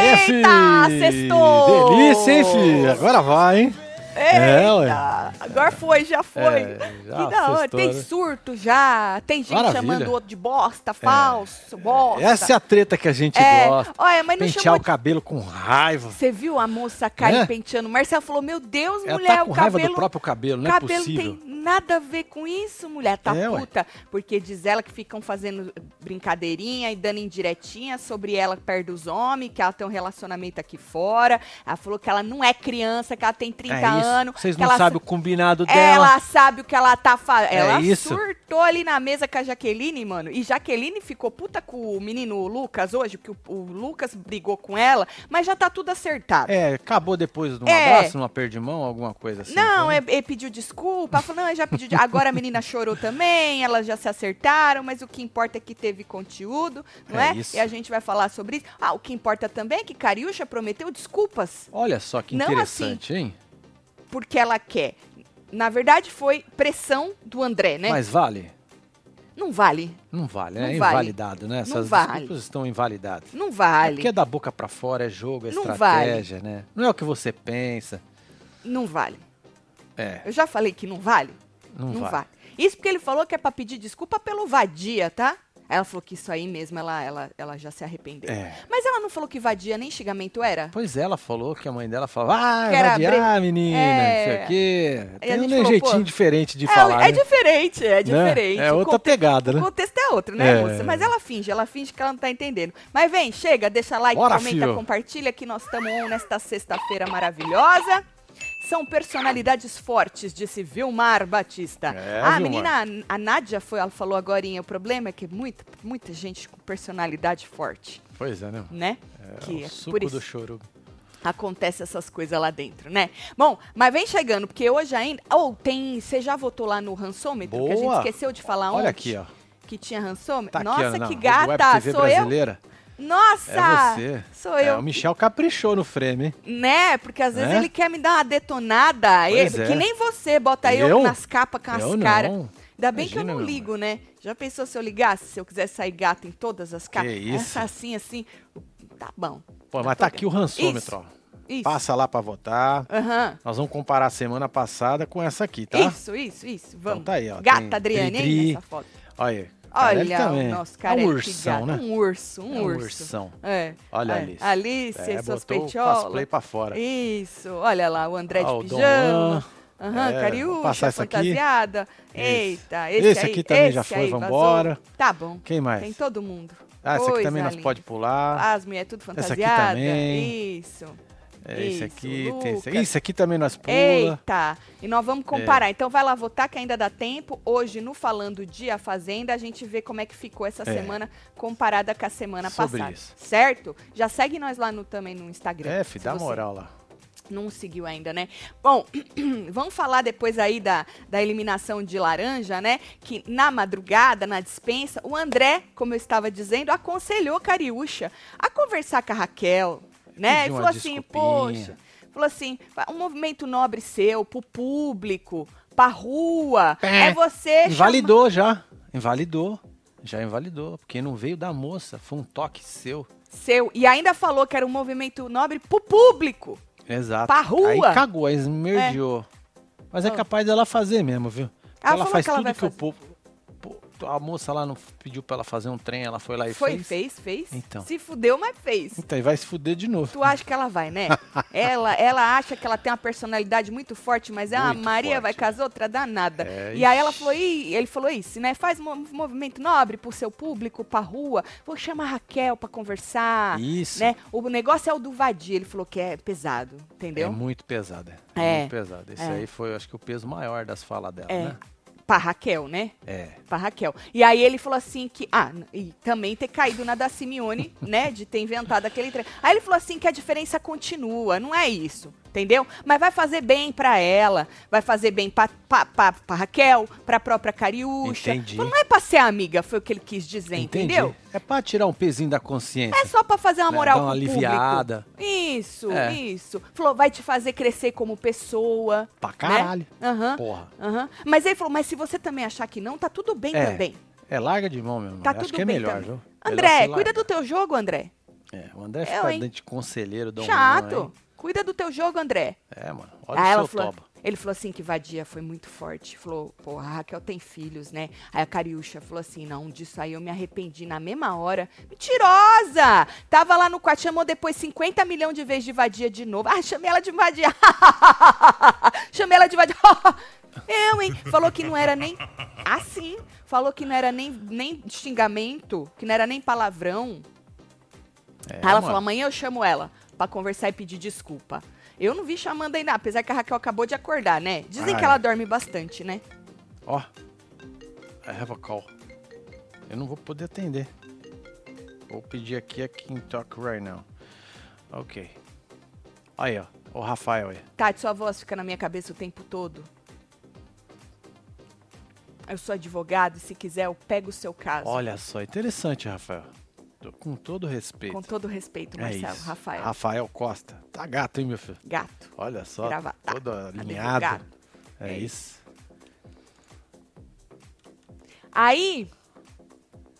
Eita, sextou! Delícia, hein, filho? Agora vai, hein? É, ué. Eita! Agora foi, já foi. É, já que da hora. sextou, Tem né? surto já, tem gente Maravilha. chamando o outro de bosta, falso, bosta. Essa é a treta que a gente É, gosta. olha, mas não Pentear chamou o cabelo com raiva. Você viu a moça Karen Né? penteando? Marcelo falou: Meu Deus, Ela mulher, tá com o raiva cabelo. do próprio cabelo, não é cabelo possível. tem nada a ver com isso, mulher. Tá É, ué. puta. Porque diz ela que ficam fazendo brincadeirinha e dando indiretinha sobre ela perto dos homens, que ela tem um relacionamento aqui fora. Ela falou que ela não é criança, que ela tem 30 é isso. anos. Vocês que não ela sabem o combinado dela. ela sabe o que ela tá fazendo. É Ela isso. surtou ali na mesa com a Jaqueline, mano. E Jaqueline ficou puta com o menino Lucas hoje, porque o, o Lucas brigou com ela, mas já tá tudo acertado. É, acabou depois de um É. abraço, numa perda de mão, alguma coisa assim. Não, né? é, é pediu desculpa, falou, não, eu já pediu de... Agora a menina chorou também, elas já se acertaram, mas o que importa é que teve conteúdo, não é? É isso. E a gente vai falar sobre isso. Ah, o que importa também é que Cariúcha prometeu desculpas Olha só que Não assim, interessante, hein? porque ela quer. Na verdade, foi pressão do André, né? Mas vale? Não vale. Não vale, Não né? É vale. invalidado, né? Essas vale. desculpas estão invalidadas. Não É vale. porque é da boca pra fora, é jogo, é Não estratégia, né? Não é o que você pensa. Não vale. É, Eu já falei que não vale? não, Não, vale. vale. Isso porque ele falou que é pra pedir desculpa pelo vadia, tá? Ela falou que isso aí mesmo, ela, ela, ela já se arrependeu. É. Mas ela não falou que vadia nem xingamento era? Pois é, ela falou que a mãe dela falou, ah, Que era vai adiar, menina, É. não sei o quê. Aí a Tem um gente falou, jeitinho pô, diferente de é, falar, é né? diferente, é Né? diferente. É outra o, conte- pegada, o né? contexto é outro, né, É. moça? Mas ela finge, ela finge que ela não tá entendendo. Mas vem, chega, deixa like, Bora, comenta, fio. compartilha que nós estamos on nesta sexta-feira maravilhosa. São personalidades fortes, disse Vilmar Batista. É, a Vilmar. menina, a Nádia, foi, ela falou agora, o problema é que muita, muita gente com personalidade forte, Pois é, né? né? É, que o é suco por isso do chorume. acontece essas coisas lá dentro, né? Bom, mas vem chegando, porque hoje ainda. Ou tem. Você já votou lá no rançômetro? Que a gente Boa. esqueceu de falar ontem. Olha aqui, ó. Que tinha rançômetro. Tá Nossa, aqui, ó, na que Web gata! TV Sou brasileira. eu? Nossa! É você. Sou É, eu. o Michel caprichou no frame, hein? Né? Porque às vezes Né? ele quer me dar uma detonada. Pois ele- é. Que nem você, bota eu, Eu? nas capas com as eu caras. não. Ainda bem que eu Imagina, não meu ligo, né? Já pensou se eu ligasse? Se eu quisesse sair gata em todas as capas? isso. Essa assim, assim. Tá bom. Pô, mas tá aqui o rançômetro, ó. Isso. Passa lá pra votar. Aham. Nós vamos comparar a semana passada com essa aqui, tá? Isso, isso, isso. Vamos. tá aí, ó, tem Gata Adriane, Dri-Dri. hein, nessa foto. Olha aí. Carelli Olha também. o nosso É cara. um ursão, né? Um urso, um É um urso. ursão. É. Olha a é. Alice. Alice, É, suas botou o peitiolas. cosplay pra fora. Isso, olha lá, o André Ó, o de Dom pijama. Juan. Aham, É, vou cariúcha, passar essa aqui. fantasiada. Isso. Eita, esse, Esse aí, aqui também já esse foi, aí vazou. vambora. Tá bom. Quem mais? Tem todo mundo. Ah, essa aqui Coisa Ah, também nós linda. pode pular. As mulheres tudo Tá. aqui fantasiada. também. Isso. É, esse isso, aqui, tem esse. Lucas. Isso aqui também nós pula. É. Eita! E nós vamos comparar. Então vai lá votar que ainda dá tempo. Hoje, no Falando Dia Fazenda, a gente vê como é que ficou essa É. semana comparada com a semana Sobre passada. isso. Certo? Já segue nós lá no, também no Instagram. É, fi, se dá você moral lá. Não seguiu ainda, né? Bom, vamos falar depois aí da, da eliminação de laranja, né? Que na madrugada, na dispensa, o André, como eu estava dizendo, aconselhou a Cariúcha a conversar com a Raquel, né? Pedir E uma falou assim, desculpinha. poxa, falou assim, um movimento nobre seu, pro público, pra rua, É, é você chamar- Invalidou já. Invalidou. Já invalidou. Porque não veio da moça. Foi um toque seu. seu. E ainda falou que era um movimento nobre pro público. Exato. Pra rua. Aí cagou, aí esmerdiou. Mas é Ah. capaz dela fazer mesmo, viu? Porque Ela ela, falou faz que ela tudo vai que o povo. Pô, A moça lá não pediu pra ela fazer um trem, ela foi lá e Foi, fez. fez, fez. Então. Se fudeu, mas fez. Então, e vai se fuder de novo. Tu acha que ela vai, né? ela, ela acha que ela tem uma personalidade muito forte, mas é uma Muito Maria, forte. vai casar outra danada. É, e aí ixi. ela falou, e ele falou isso, né? Faz mo- movimento nobre pro seu público, pra rua. Vou chamar a Raquel pra conversar, Isso. né? O negócio é o do Vadia, ele falou que é pesado, É entendeu? muito pesada. É. Muito pesada. Esse É. aí foi, acho que, o peso maior das falas dela, É. né? Pra Raquel, né? É. Pra Raquel. E aí ele falou assim que. Ah, e também ter caído na da Simeone, né? De ter inventado aquele trem. Aí ele falou assim que a diferença continua, não é isso. Entendeu? Mas vai fazer bem pra ela, vai fazer bem pra, pra, pra, pra Raquel, pra própria Cariúcha. Entendi. Falou, não é pra ser amiga, foi o que ele quis dizer, Entendi. entendeu? É pra tirar um pezinho da consciência. É só pra fazer uma Né, moral dar uma pro aliviada. público. Isso, É. isso. Falou, vai te fazer crescer como pessoa. Pra caralho. Né? Aham, Porra. aham. Mas ele falou, mas se você também achar que não, tá tudo bem É. também. É, larga de mão mesmo. Tá Acho tudo que é bem melhor, também. viu? Melhor André, se cuida largar. do teu jogo, André. É, o André Eu, fica hein? dentro de conselheiro, Dom Juan, Chato. hein? Cuida do teu jogo, André. É, mano. Aí Olha ela o seu falou- toba. Ele falou assim que vadia foi muito forte. Falou, porra, a Raquel tem filhos, né? Aí a Cariúcha falou assim: não, disso aí eu me arrependi na mesma hora. Mentirosa! Tava lá no quarto, chamou depois 50 milhões de vezes de vadia de novo. Ah, chamei ela de vadia. chamei ela de vadia. eu, hein? Falou que não era nem assim. Falou que não era nem, nem xingamento, que não era nem palavrão. É, Aí ela mano. falou: amanhã eu chamo ela pra conversar e pedir desculpa. Eu não vi chamando ainda, apesar que a Raquel acabou de acordar, né? Dizem Ah, que ela é. dorme bastante, né? Ó, I have a call. Eu não vou poder atender. Vou pedir aqui a Kim Talk right now. Ok. Aí, ó. O Rafael aí. Tati, Tá, sua voz fica na minha cabeça o tempo todo. Eu sou advogado e se quiser eu pego o seu caso. Olha só, interessante, Rafael. Tô com todo respeito. Com todo respeito, Marcelo, Rafael. É Rafael Costa. Tá gato, hein, meu filho? Gato. Olha só. Gravata. Todo alinhado. Advogado. É, É isso. Aí, o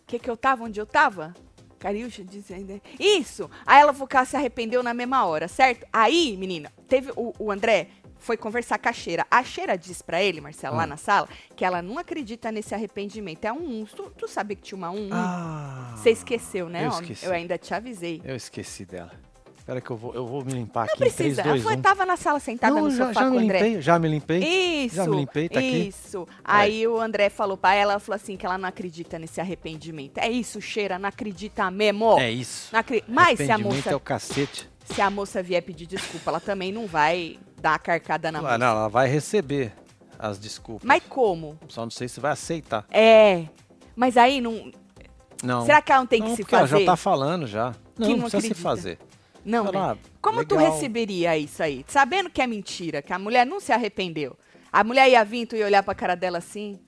que que eu tava? Onde eu tava? Cariúcha dizendo. né? Isso! Aí ela falou que ela se arrependeu na mesma hora, certo? Aí, menina, teve o, o André foi conversar com a Cheira. A Cheira diz pra ele, Marcelo, lá Hum. na sala, que ela não acredita nesse arrependimento. É um um. Tu, tu sabia que tinha uma um? um? Ah. Você esqueceu, né, eu homem? esqueci. Eu ainda te avisei. Eu esqueci dela. Espera que eu vou, eu vou me limpar Não aqui. precisa. Em 3, 2, ela 1. tava na sala sentada não, no já, sofá já com o me André. limpei. Já me limpei. Isso. Já me limpei, tá aqui. Isso. Aí o André falou pra ela, ela falou assim que ela não acredita nesse arrependimento. É isso, cheira, não acredita mesmo. É isso. Não acre- Mas se a Arrependimento moça, é o cacete. se a moça vier pedir desculpa, ela também não vai dar a carcada na Ah, moça. não, ela vai receber as desculpas. Mas como? Só não sei se vai aceitar. É. Mas aí não. Não. Será que ela não tem não, que se porque ela fazer? já tá falando já. não Não, não precisa acredita. se fazer. Não, Sei lá, né? Como tu "Ah, legal. receberia isso aí? Sabendo que é mentira, que a mulher não se arrependeu. A mulher ia vir, tu ia olhar pra cara dela assim?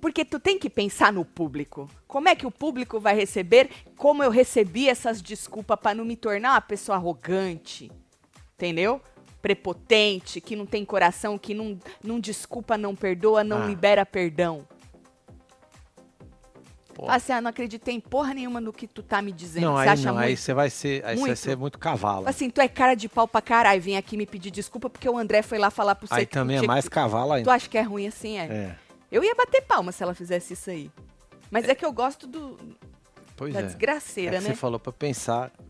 Porque tu tem que pensar no público. Como é que o público vai receber? Como eu recebi essas desculpas pra não me tornar uma pessoa arrogante? Entendeu? Prepotente, que não tem coração, que não, não desculpa, não perdoa, não Ah. libera perdão. Pô. Ah, assim, ah, não acreditei em porra nenhuma no que tu tá me dizendo. não, Você aí acha não, muito? aí você vai ser, aí você vai Muito. ser muito cavalo. Fala Assim, tu é cara de pau pra caralho, vem aqui me pedir desculpa porque o André foi lá falar pro você aí que também é tinha mais que- cavalo Tu ainda. acha que é ruim assim, é? É, Eu ia bater palma se ela fizesse isso aí. Mas é, que eu gosto do, pois da é. É desgraceira, que né? você falou pra pensar. é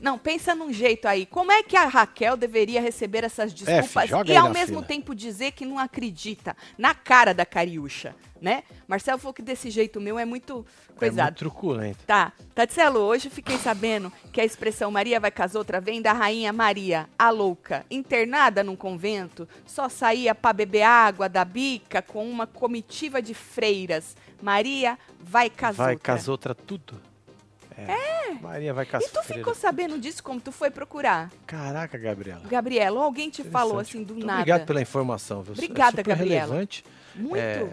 Não, pensa num jeito aí. Como é que a Raquel deveria receber essas É, desculpas fi, joga e aí ao na mesmo fila. tempo dizer que não acredita na cara da Cariúcha, né? Marcelo falou que desse jeito meu é muito É muito coisado. truculento. Tá, Tatselo, hoje fiquei sabendo que a expressão Maria vai com as outras vem da rainha Maria, a louca, internada num convento, só saía pra beber água da bica com uma comitiva de freiras. Maria vai com as vai com outras. as outras tudo. É. Maria vai com as E tu freiras. ficou sabendo disso como tu foi procurar? Caraca, Gabriela. Gabriela, ou alguém te falou Interessante. assim do Muito nada? Obrigado pela informação, viu? É Obrigada, super Gabriela. relevante. Muito, É,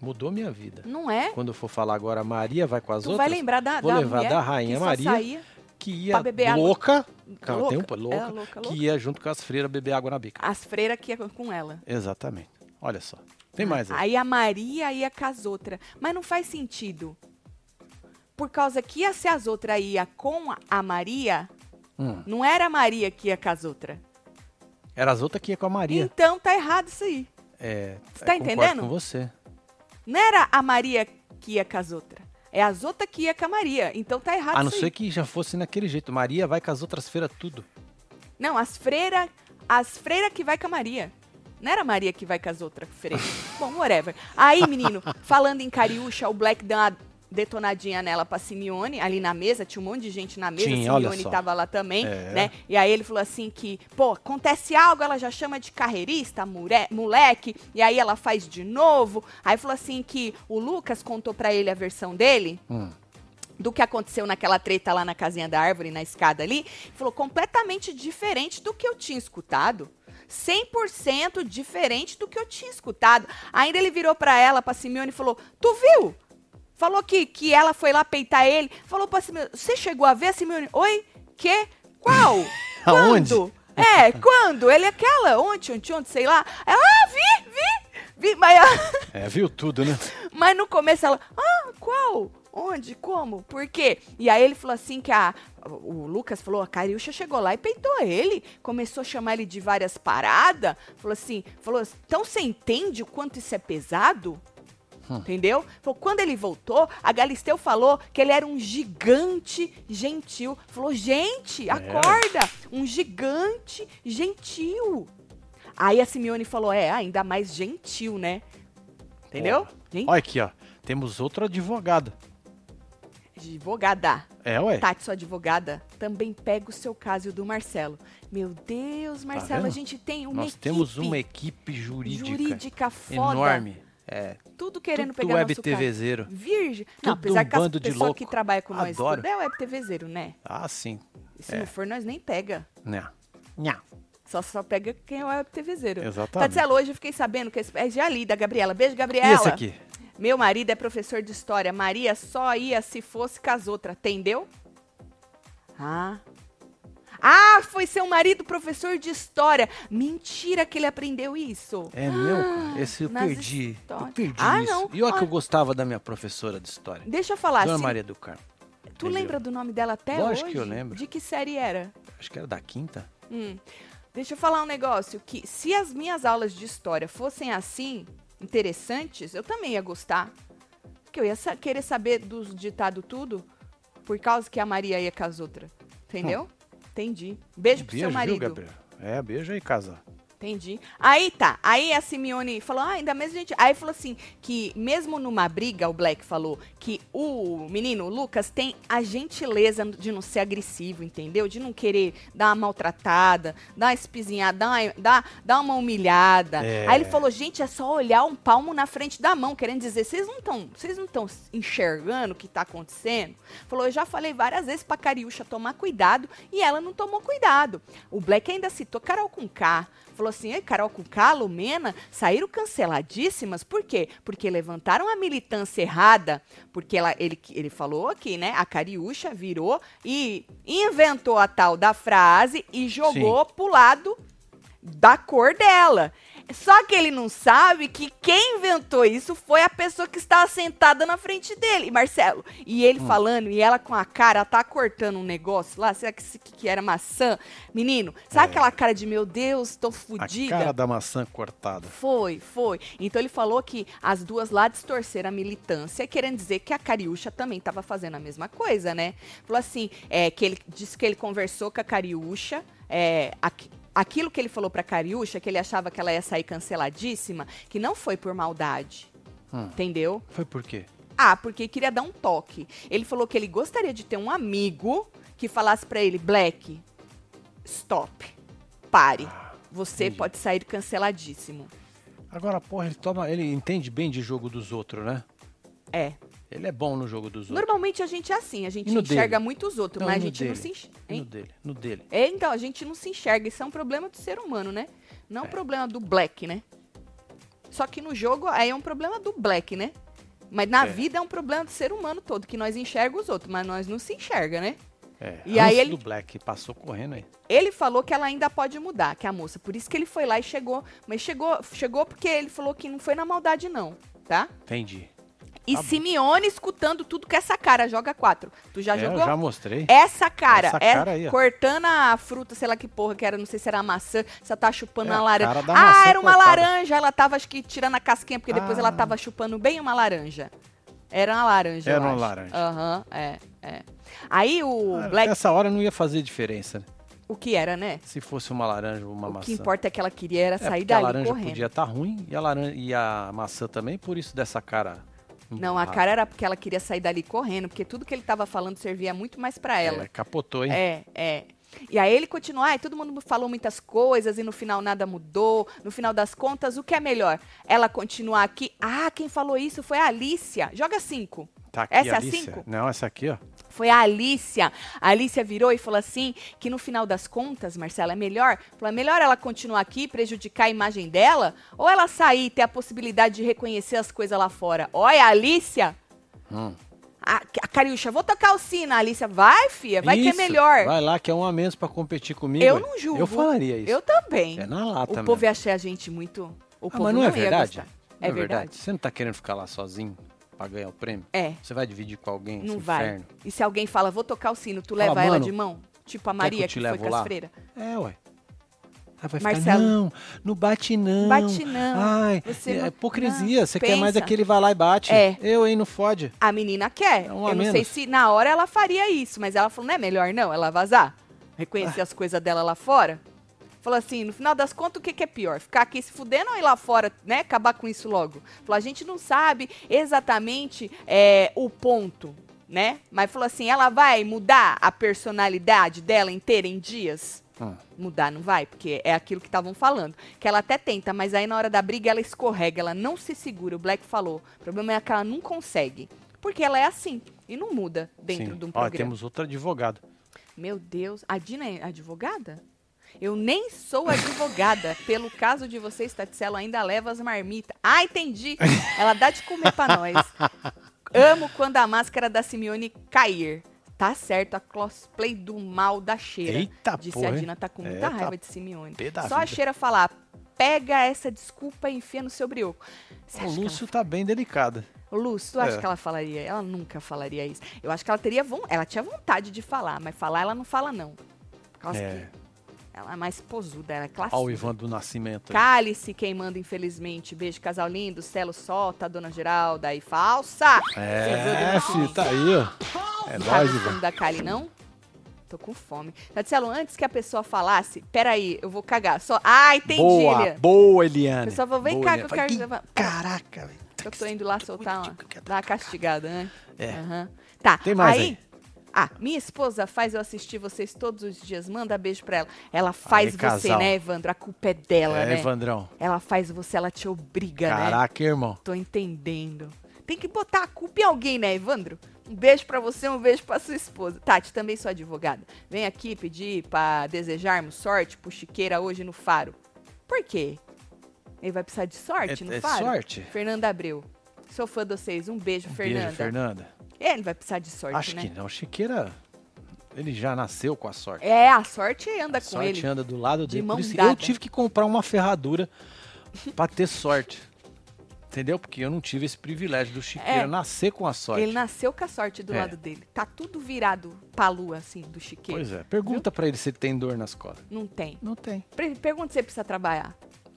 mudou minha vida. não é? Quando eu for falar agora, Maria vai com as tu vai outras. lembrar da, Vou da levar mulher da rainha que só Maria, saía que pra ia beber água. louca, Calma, tem um Louca, pa- louca, é, louca, louca. que ia junto com as freiras beber água na bica. As freiras que ia com ela. Exatamente. Olha só. Tem mais aí. Aí a Maria ia com as outras. Mas não faz sentido. Por causa que ia ser as outras ia com a Maria, Hum. não era a Maria que ia com as outras. Era as outras que ia com a Maria. Então tá errado isso aí. É, Você tá eu concordo entendendo? com você. Não era a Maria que ia com as outras. É as outras que ia com a Maria. Então tá errado Ah, A não isso ser aí. que já fosse naquele jeito. Maria vai com as outras freiras tudo. Não, as freiras. As freiras que vai com a Maria. Não era a Maria que vai com as outras freiras. Bom, whatever. Aí, menino, falando em Cariúcha, o Black deu uma detonadinha nela pra Simeone, ali na mesa, tinha um monte de gente na mesa, Tinha, olha Simeone só. tava lá também, É. né? E aí ele falou assim que, pô, acontece algo, ela já chama de carreirista, mure- moleque, e aí ela faz de novo. Aí falou assim que o Lucas contou pra ele a versão dele, Hum. do que aconteceu naquela treta lá na casinha da árvore, na escada ali, falou completamente diferente do que eu tinha escutado. 100% diferente do que eu tinha escutado. Ainda ele virou pra ela, pra Simeone, e falou: Tu viu? Falou que, que ela foi lá peitar ele. Falou pra Simeone: Você chegou a ver a Simeone? Oi? Que? Qual? Aonde? Quando? É, quando? Ele é aquela? Ontem, ontem, ontem, sei lá. Ela, ah, vi, vi, vi. Mas, É, viu tudo, né? mas no começo ela, ah, qual? Onde? Como? Por quê? E aí ele falou assim que a, o Lucas falou, a Cariúcha chegou lá e peitou ele, começou a chamar ele de várias paradas, falou assim, falou, então você entende o quanto isso é pesado? Entendeu? Falou, quando ele voltou, a Galisteu falou que ele era um gigante gentil. Falou, gente, acorda! Um gigante gentil. Aí a Simeone falou, é, ainda mais gentil, né? Entendeu? Gente, Olha aqui, ó. Temos outra advogada. advogada. É, ué. Tati, sua advogada, também pega o seu caso e o do Marcelo. Meu Deus, Marcelo, a Tá vendo? gente tem uma Nós equipe temos uma equipe jurídica, jurídica foda. enorme. É, Tudo querendo tudo pegar web nosso caso. TVzeiro. Virgem. Não, Tudo apesar um que as bando de pessoas louco. que trabalham com nós Adoro. tudo é web TVzeiro, né? Ah, sim. Se não for, nós nem pega. Né. Nha. Só, só pega quem é web TVzeiro. Exatamente. Tatielo, hoje eu fiquei sabendo que esse... é já li da Gabriela. Beijo, e Gabriela. esse aqui? Meu marido é professor de história. Maria só ia se fosse com as outras, entendeu? Ah. Ah, foi seu marido professor de história. Mentira que ele aprendeu isso. Ah, É meu, cara. Esse eu nas perdi. histórias. Eu perdi Ah, isso. não. E olha que Ah. eu gostava da minha professora de história. Deixa eu falar. Dona se- Maria do Carmo. assim. tu Entendeu? lembra do nome dela até hoje? Lógico que eu lembro. De que série era? Acho que era da quinta. Hum. Deixa eu falar um negócio que se as minhas aulas de história fossem assim, interessantes, eu também ia gostar. Porque eu ia sa- querer saber dos ditado tudo por causa que a Maria ia com as outras. Entendeu? Entendi. Beijo pro seu viu, marido. Gabriel? É, beijo aí, casa. Entendi. Aí tá. Aí a Simeone falou, ah, ainda mesmo gente. Aí falou assim: que mesmo numa briga, o Black falou que o menino, o Lucas, tem a gentileza de não ser agressivo, entendeu? De não querer dar uma maltratada, dar uma espizinhada, dar uma, dar, dar uma humilhada. É. Aí ele falou, gente, é só olhar um palmo na frente da mão, querendo dizer, vocês não estão, vocês não estão enxergando o que tá acontecendo? Falou, eu já falei várias vezes pra Cariúcha tomar cuidado e ela não tomou cuidado. O Black ainda citou Carol com K. Falou assim, "Ei, Carol com K, Lumena, saíram canceladíssimas. Por quê? Porque levantaram a militância errada, porque ela, ele, ele falou aqui, né? A Cariúcha virou e inventou a tal da frase e jogou pro lado da cor dela. Só que ele não sabe que quem inventou isso foi a pessoa que estava sentada na frente dele, Marcelo. E Hum. ele falando, e ela com a cara, ela tá cortando um negócio lá, será que, isso aqui que era maçã? Menino, sabe aquela cara de, meu Deus, tô fudida? É. A cara da maçã cortada. Foi, foi. Então ele falou que as duas lá distorceram a militância, querendo dizer que a Cariúcha também estava fazendo a mesma coisa, né? Falou assim, é, que ele disse que ele conversou com a Cariúcha, é, aqu- aquilo que ele falou pra Cariúcha, que ele achava que ela ia sair canceladíssima, que não foi por maldade. Hum. Entendeu? Foi por quê? Ah, porque queria dar um toque. Ele falou que ele gostaria de ter um amigo que falasse pra ele, Black, stop, pare. Você entendi. pode sair canceladíssimo. Agora, porra, ele toma. Ele entende bem de jogo dos outros, né? É. Ele é bom no jogo dos outros. Normalmente a gente é assim, a gente E no enxerga dele? muito os outros, Não, mas a e no gente não dele? se enxerga. No dele, no dele. É, então, a gente não se enxerga. Isso é um problema do ser humano, né? Não é um problema do Black, né? Só que no jogo aí é um problema do Black, né? Mas na É. vida é um problema do ser humano todo, que nós enxerga os outros, mas nós não se enxerga, né? É. E antes aí ele- do Black passou correndo aí. Ele falou que ela ainda pode mudar, que é a moça. Por isso que ele foi lá e chegou. Mas chegou, chegou porque ele falou que não foi na maldade, não, tá? Entendi. E Tá bom. Simeone escutando tudo com essa cara, joga quatro. Tu já É, eu jogou? já mostrei. Essa cara, Essa é, cara aí, ó. cortando a fruta, sei lá que porra que era, não sei se era a maçã, se ela tá chupando É, uma a laranja. cara da ah, maçã era uma cortada. laranja, ela tava acho que tirando a casquinha, porque depois Ah. ela tava chupando bem uma laranja. Era uma laranja, Era eu uma acho. laranja. Aham, é, é. Aí o Ah, Black, Nessa hora não ia fazer diferença, né? o que era, né? Se fosse uma laranja ou uma o maçã. que importa é que ela queria era É, sair porque a dali laranja correndo. podia estar ruim e a, laranja, e a maçã também, por isso dessa cara. Ah, Não, a emburrada. cara era porque ela queria sair dali correndo, porque tudo que ele tava falando servia muito mais pra ela. É, capotou, hein? É, é. E aí ele continua, ai, todo mundo falou muitas coisas e no final nada mudou. No final das contas, o que é melhor? Ela continuar aqui. Ah, quem falou isso foi a Alicia. Joga cinco. Tá aqui, Essa é a Alicia. cinco? Não, essa aqui, ó. Foi a Alicia. A Alicia virou e falou assim: que no final das contas, Marcela, é melhor. Falou, é melhor ela continuar aqui, prejudicar a imagem dela, ou ela sair e ter a possibilidade de reconhecer as coisas lá fora. Olha, a Alicia! Hum. A, a Cariúcha, vou tocar o sino. A Alicia, vai, fia, vai que é Isso, melhor. Vai lá que é um a menos pra competir comigo. Eu hein? não julgo. Eu falaria isso. Eu também. É na lata O mesmo. povo ia achar a gente muito. O Ah, povo mas não é ia verdade? gostar. Não É verdade. Você não tá querendo ficar lá sozinho? pra ganhar o prêmio? É. Você vai dividir com alguém Não esse vai. inferno? E se alguém fala, vou tocar o sino, tu Fala, leva ela "Mano, de mão? Tipo a eu Maria que, te foi levo com as lá?" freiras. É, ué. Aí vai ficar, Marcelo. não, não bate não. Bate não. Ai, Você é não- hipocrisia. não, Você quer mais pensa. aquele vai lá e bate. É. Eu, hein, não fode. A menina quer. É eu um a não sei menos. se na hora ela faria isso, mas ela falou, não é melhor não, ela vazar. Ah. Reconhecer as coisas dela lá fora. Falou assim, no final das contas, o que, que é pior? Ficar aqui se fudendo ou ir lá fora, né? Acabar com isso logo. Falou, a gente não sabe exatamente é, o ponto, né? Mas falou assim, ela vai mudar a personalidade dela inteira em dias? Hum. Mudar não vai, porque é aquilo que estavam falando. Que ela até tenta, mas aí na hora da briga ela escorrega, ela não se segura. O Black falou. O problema é que ela não consegue. Porque ela é assim e não muda dentro Sim. de um Ó, um- programa. temos outro advogado. Meu Deus, a Dina é advogada? Eu nem sou advogada. Pelo caso de vocês, Tatselo ainda leva as marmitas. Ah, entendi. Ela dá de comer pra nós. Amo quando a máscara da Simeone cair. Tá certo, a cosplay do mal da cheira. Eita Disse Ah, porra, a hein? Dina, tá com muita É, tá raiva de Simeone. pé da Só a vida. cheira falar, pega essa desculpa e enfia no seu brioco. Você O acha que ela Lúcio tá bem delicado. Luz, tu acha É. que ela falaria? Ela nunca falaria isso. Eu acho que ela teria von- ela tinha vontade de falar, mas falar ela não fala não. Por causa É. que ela é mais posuda, ela é Ó o clássica. Ivan do Nascimento. aí. Cálice queimando, infelizmente. Beijo, casal lindo. Celo solta, dona Geralda aí falsa. É, filho, tá aí, ó. É Não tá nóis, com Ivan. fome da Kali, não? Tô com fome. Tatielo, antes que a pessoa falasse, peraí, eu vou cagar. Só. Ah, entendi, Boa, Lia. boa, Eliane. Pessoal, vou- vem Boa, cá Eliane. que eu quero- Vai, ih, Caraca, velho. Eu tô indo lá soltar uma, dar uma castigada, né? É. Aham. Tá. Tem mais aí. Ah, minha esposa faz eu assistir vocês todos os dias. Manda beijo pra ela. Ela faz você, casal. né, Evandro? A culpa é dela, É, né? Evandrão. Ela faz você, ela te obriga, né? Caraca, irmão. Tô entendendo. Tem que botar a culpa em alguém, né, Evandro? Um beijo pra você, um beijo pra sua esposa. Tati, também sou advogada. Vem aqui pedir pra desejarmos sorte pro Chiqueira hoje no Faro. Por quê? Ele vai precisar de sorte É- no é Faro? sorte? Fernanda Abreu. Sou fã de vocês. Um beijo, Fernanda. É, Beijo, Fernanda. Ele vai precisar de sorte, Acho né? que não. Chiqueira, ele já nasceu com a sorte. É, a sorte anda a com sorte ele. anda do lado de dele. mão Por isso, dada. eu tive que comprar uma ferradura pra ter sorte. Entendeu? Porque eu não tive esse privilégio do Chiqueira É. nascer com a sorte. Ele nasceu com a sorte do É. lado dele. Tá tudo virado pra lua, assim, do chiqueiro. Pois é. Pergunta pra ele se ele tem dor nas costas. Não tem. Não tem. Pre- Pergunta se ele precisa trabalhar.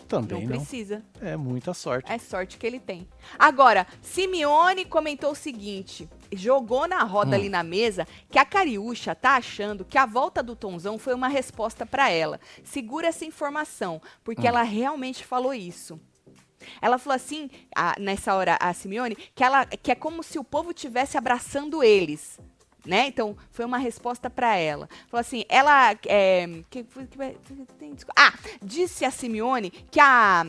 Também não não. precisa. É muita sorte. É sorte que ele tem. Agora, Simeone comentou o seguinte: jogou na roda Hum. ali na mesa que a Cariúcha tá achando que a volta do Tonzão foi uma resposta pra ela. Segura essa informação, Hum. porque ela realmente falou isso. Ela falou assim, a- nessa hora, a Simeone, que, ela, que é como se o povo estivesse abraçando eles. Né? Então, foi uma resposta pra ela. Falou assim, ela... é, que- que vai- tem- desculpa. ah, disse a Simeone que a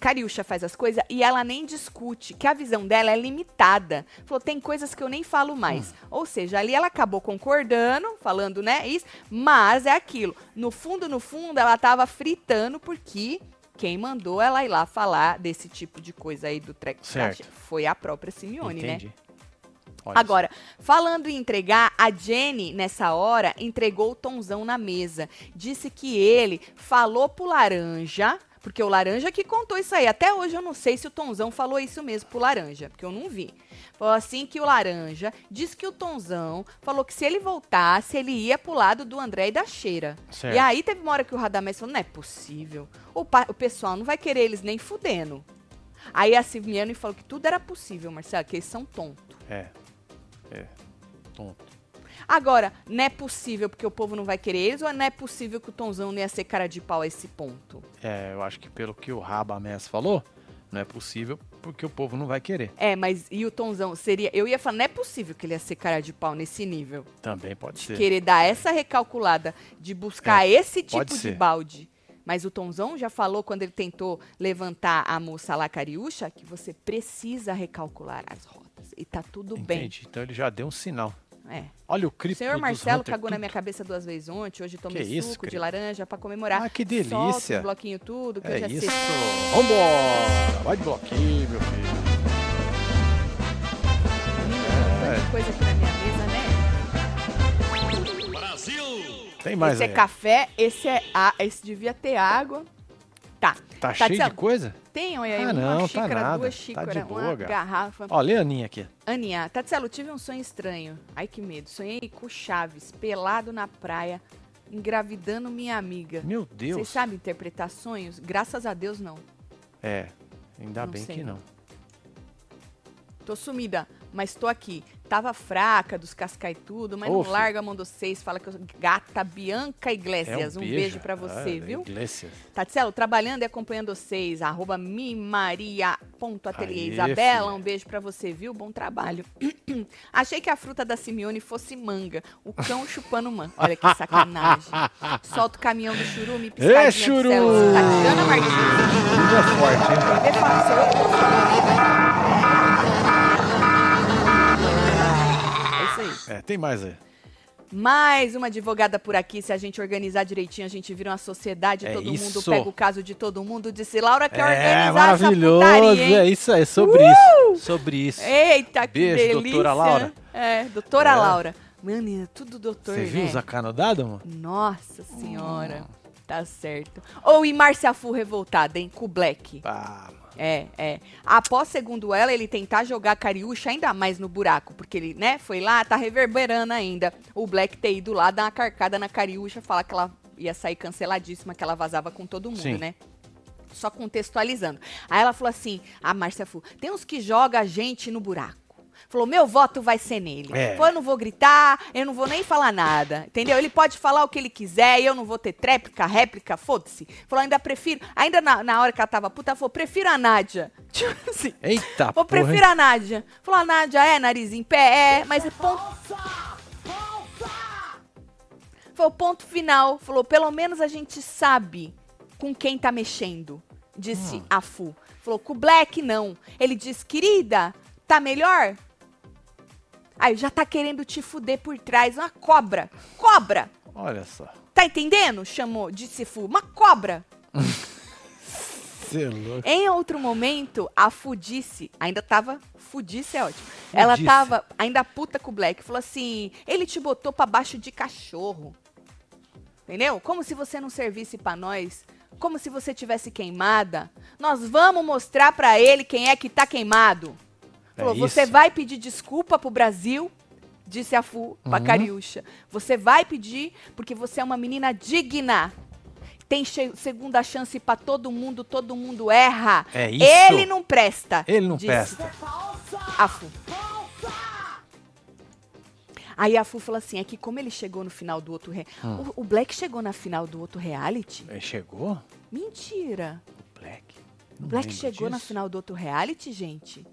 Cariúcha faz as coisas e ela nem discute, que a visão dela é limitada. Falou, tem coisas que eu nem falo mais. Ou seja, ali ela acabou concordando, falando, né, isso, mas é aquilo. No fundo, no fundo, ela tava fritando porque quem mandou ela ir lá falar desse tipo de coisa aí do Trek Certo. Caixa foi a própria Simeone, né? Entendi. Olha só. Agora, falando em entregar, a Jenny, nessa hora, entregou o Tonzão na mesa. Disse que ele falou pro Laranja, porque o Laranja que contou isso aí. Até hoje eu não sei se o Tonzão falou isso mesmo pro Laranja, porque eu não vi. Falou assim que o Laranja disse que o Tonzão falou que se ele voltasse, ele ia pro lado do André e da Cheira. Certo. E aí teve uma hora que o Radamés falou, não é possível. O, pa- o pessoal não vai querer eles nem fudendo. Aí a Silviane falou que tudo era possível, Marcelo, que eles são tontos. É. É. Tonto. Agora, não é possível porque o povo não vai querer eles ou não é possível que o Tonzão não ia ser cara de pau a esse ponto? É, eu acho que pelo que o Rabamés falou, não é possível porque o povo não vai querer. É, mas e o Tonzão seria. Eu ia falar, não é possível que ele ia ser cara de pau nesse nível. Também pode ser. Querer dar essa recalculada de buscar esse tipo É. pode de ser. balde. Mas o Tonzão já falou quando ele tentou levantar a moça lá cariúcha que você precisa recalcular as rotas. E tá tudo Entendi. Então ele já deu um sinal. bem. É. Olha o O cripto senhor dos Marcelo Hunter, cagou na tudo. minha cabeça duas vezes ontem. Hoje tomei Que isso, suco de querido. laranja pra comemorar. Ah, que Solta delícia. os bloquinho tudo, que eu É já isso. sei. Vambora. Vai de bloquinho, meu filho. Tanta É. coisa aqui na minha mesa, né? Tem mais esse aí. é. é café, esse é a, esse devia ter água. Tá. Tá cheio dizendo- de coisa? Tenham aí Ah, uma não, tá xícara, nada. Tá duas de xícaras, boa, uma gata. garrafa. Ó, lê a Aninha aqui. Aninha, Tatselo, tive um sonho estranho. Ai, que medo. Sonhei com o Chaves, pelado na praia, engravidando minha amiga. Meu Vocês Deus. sabem interpretar sonhos? Graças a Deus, não. É, ainda Não bem sei. que não. Tô sumida, mas tô aqui. Tava fraca dos cascaitudo, mas Ô, não filho. larga a mão de vocês. Fala que eu sou gata Bianca Iglesias. um beijo pra você, É Ah, viu? Iglesias. Tatselo, trabalhando e acompanhando vocês. Arroba mimaria.ateliê. Aê, Isabela, filha. um beijo pra você, viu? Bom trabalho. Achei que a fruta da Simeone fosse manga. O cão chupando manga. Olha que sacanagem. Solta o caminhão do churume, piscadinha Ê, de céu. churu! Tatiana Martins. Tudo é forte, hein? Vê, fala, sou eu que tô falando. É isso aí. É, tem mais aí. Mais uma advogada por aqui. Se a gente organizar direitinho, a gente vira uma sociedade. É todo mundo isso. pega o caso de todo mundo. Disse Laura que É, organizar maravilhoso. essa putaria, hein? Uh! É isso aí, sobre isso. Sobre isso. Eita, que Beijo, delícia. doutora Laura. É, doutora É. Laura. Mano, é tudo doutor, Você viu né? o Zacanodado, mano? Nossa senhora. Tá certo. Ou e Márcia Fu revoltada, hein? Com o Black. Ah, mano. É, é. Após, segundo ela, ele tentar jogar a Cariúcha ainda mais no buraco, porque ele, né, foi lá, tá reverberando ainda. O Black ter ido lá, dar uma carcada na Cariúcha, falar que ela ia sair canceladíssima, que ela vazava com todo mundo, Sim. né? Só contextualizando. Aí ela falou assim, a Márcia falou, tem uns que joga a gente no buraco. Falou, meu voto vai ser nele. É. Falou, eu não vou gritar, eu não vou nem falar nada. Entendeu? Ele pode falar o que ele quiser e eu não vou ter tréplica, réplica, foda-se. Falou, ainda prefiro. Ainda na, na hora que ela tava puta, ela falou, prefiro a Nádia. Tipo assim. Eita, Eu porra. hein? prefiro a Nádia. Falou, a Nádia é nariz em pé, é, mas é ponto. Foi o ponto final. Falou, pelo menos a gente sabe com quem tá mexendo, disse Ah. a Fu. Falou, com o Black não. Ele disse, querida, tá melhor? Aí já tá querendo te fuder por trás. Uma cobra. Cobra! Olha só. Tá entendendo? Chamou, disse Fu. Uma cobra! Você é louco. Em outro momento, a Fudice, ainda tava. Fudice é ótimo. Ela Fudice. tava ainda puta com o Black. Falou assim: ele te botou pra baixo de cachorro. Entendeu? Como se você não servisse pra nós. Como se você tivesse queimada. Nós vamos mostrar pra ele quem é que tá queimado. É Falou, você isso. vai pedir desculpa pro Brasil, disse a Fu pra Uhum. Cariúcha. Você vai pedir porque você é uma menina digna. Tem che- segunda chance pra todo mundo, todo mundo erra. É isso. Ele não presta. Ele não disse presta. A Fu. Aí a Fu falou assim, é que como ele chegou no final do outro... Re... Hum. O, o Black chegou na final do outro reality? Ele chegou? Mentira. O Black. O Não Black lembro chegou na disso. final do outro reality, gente.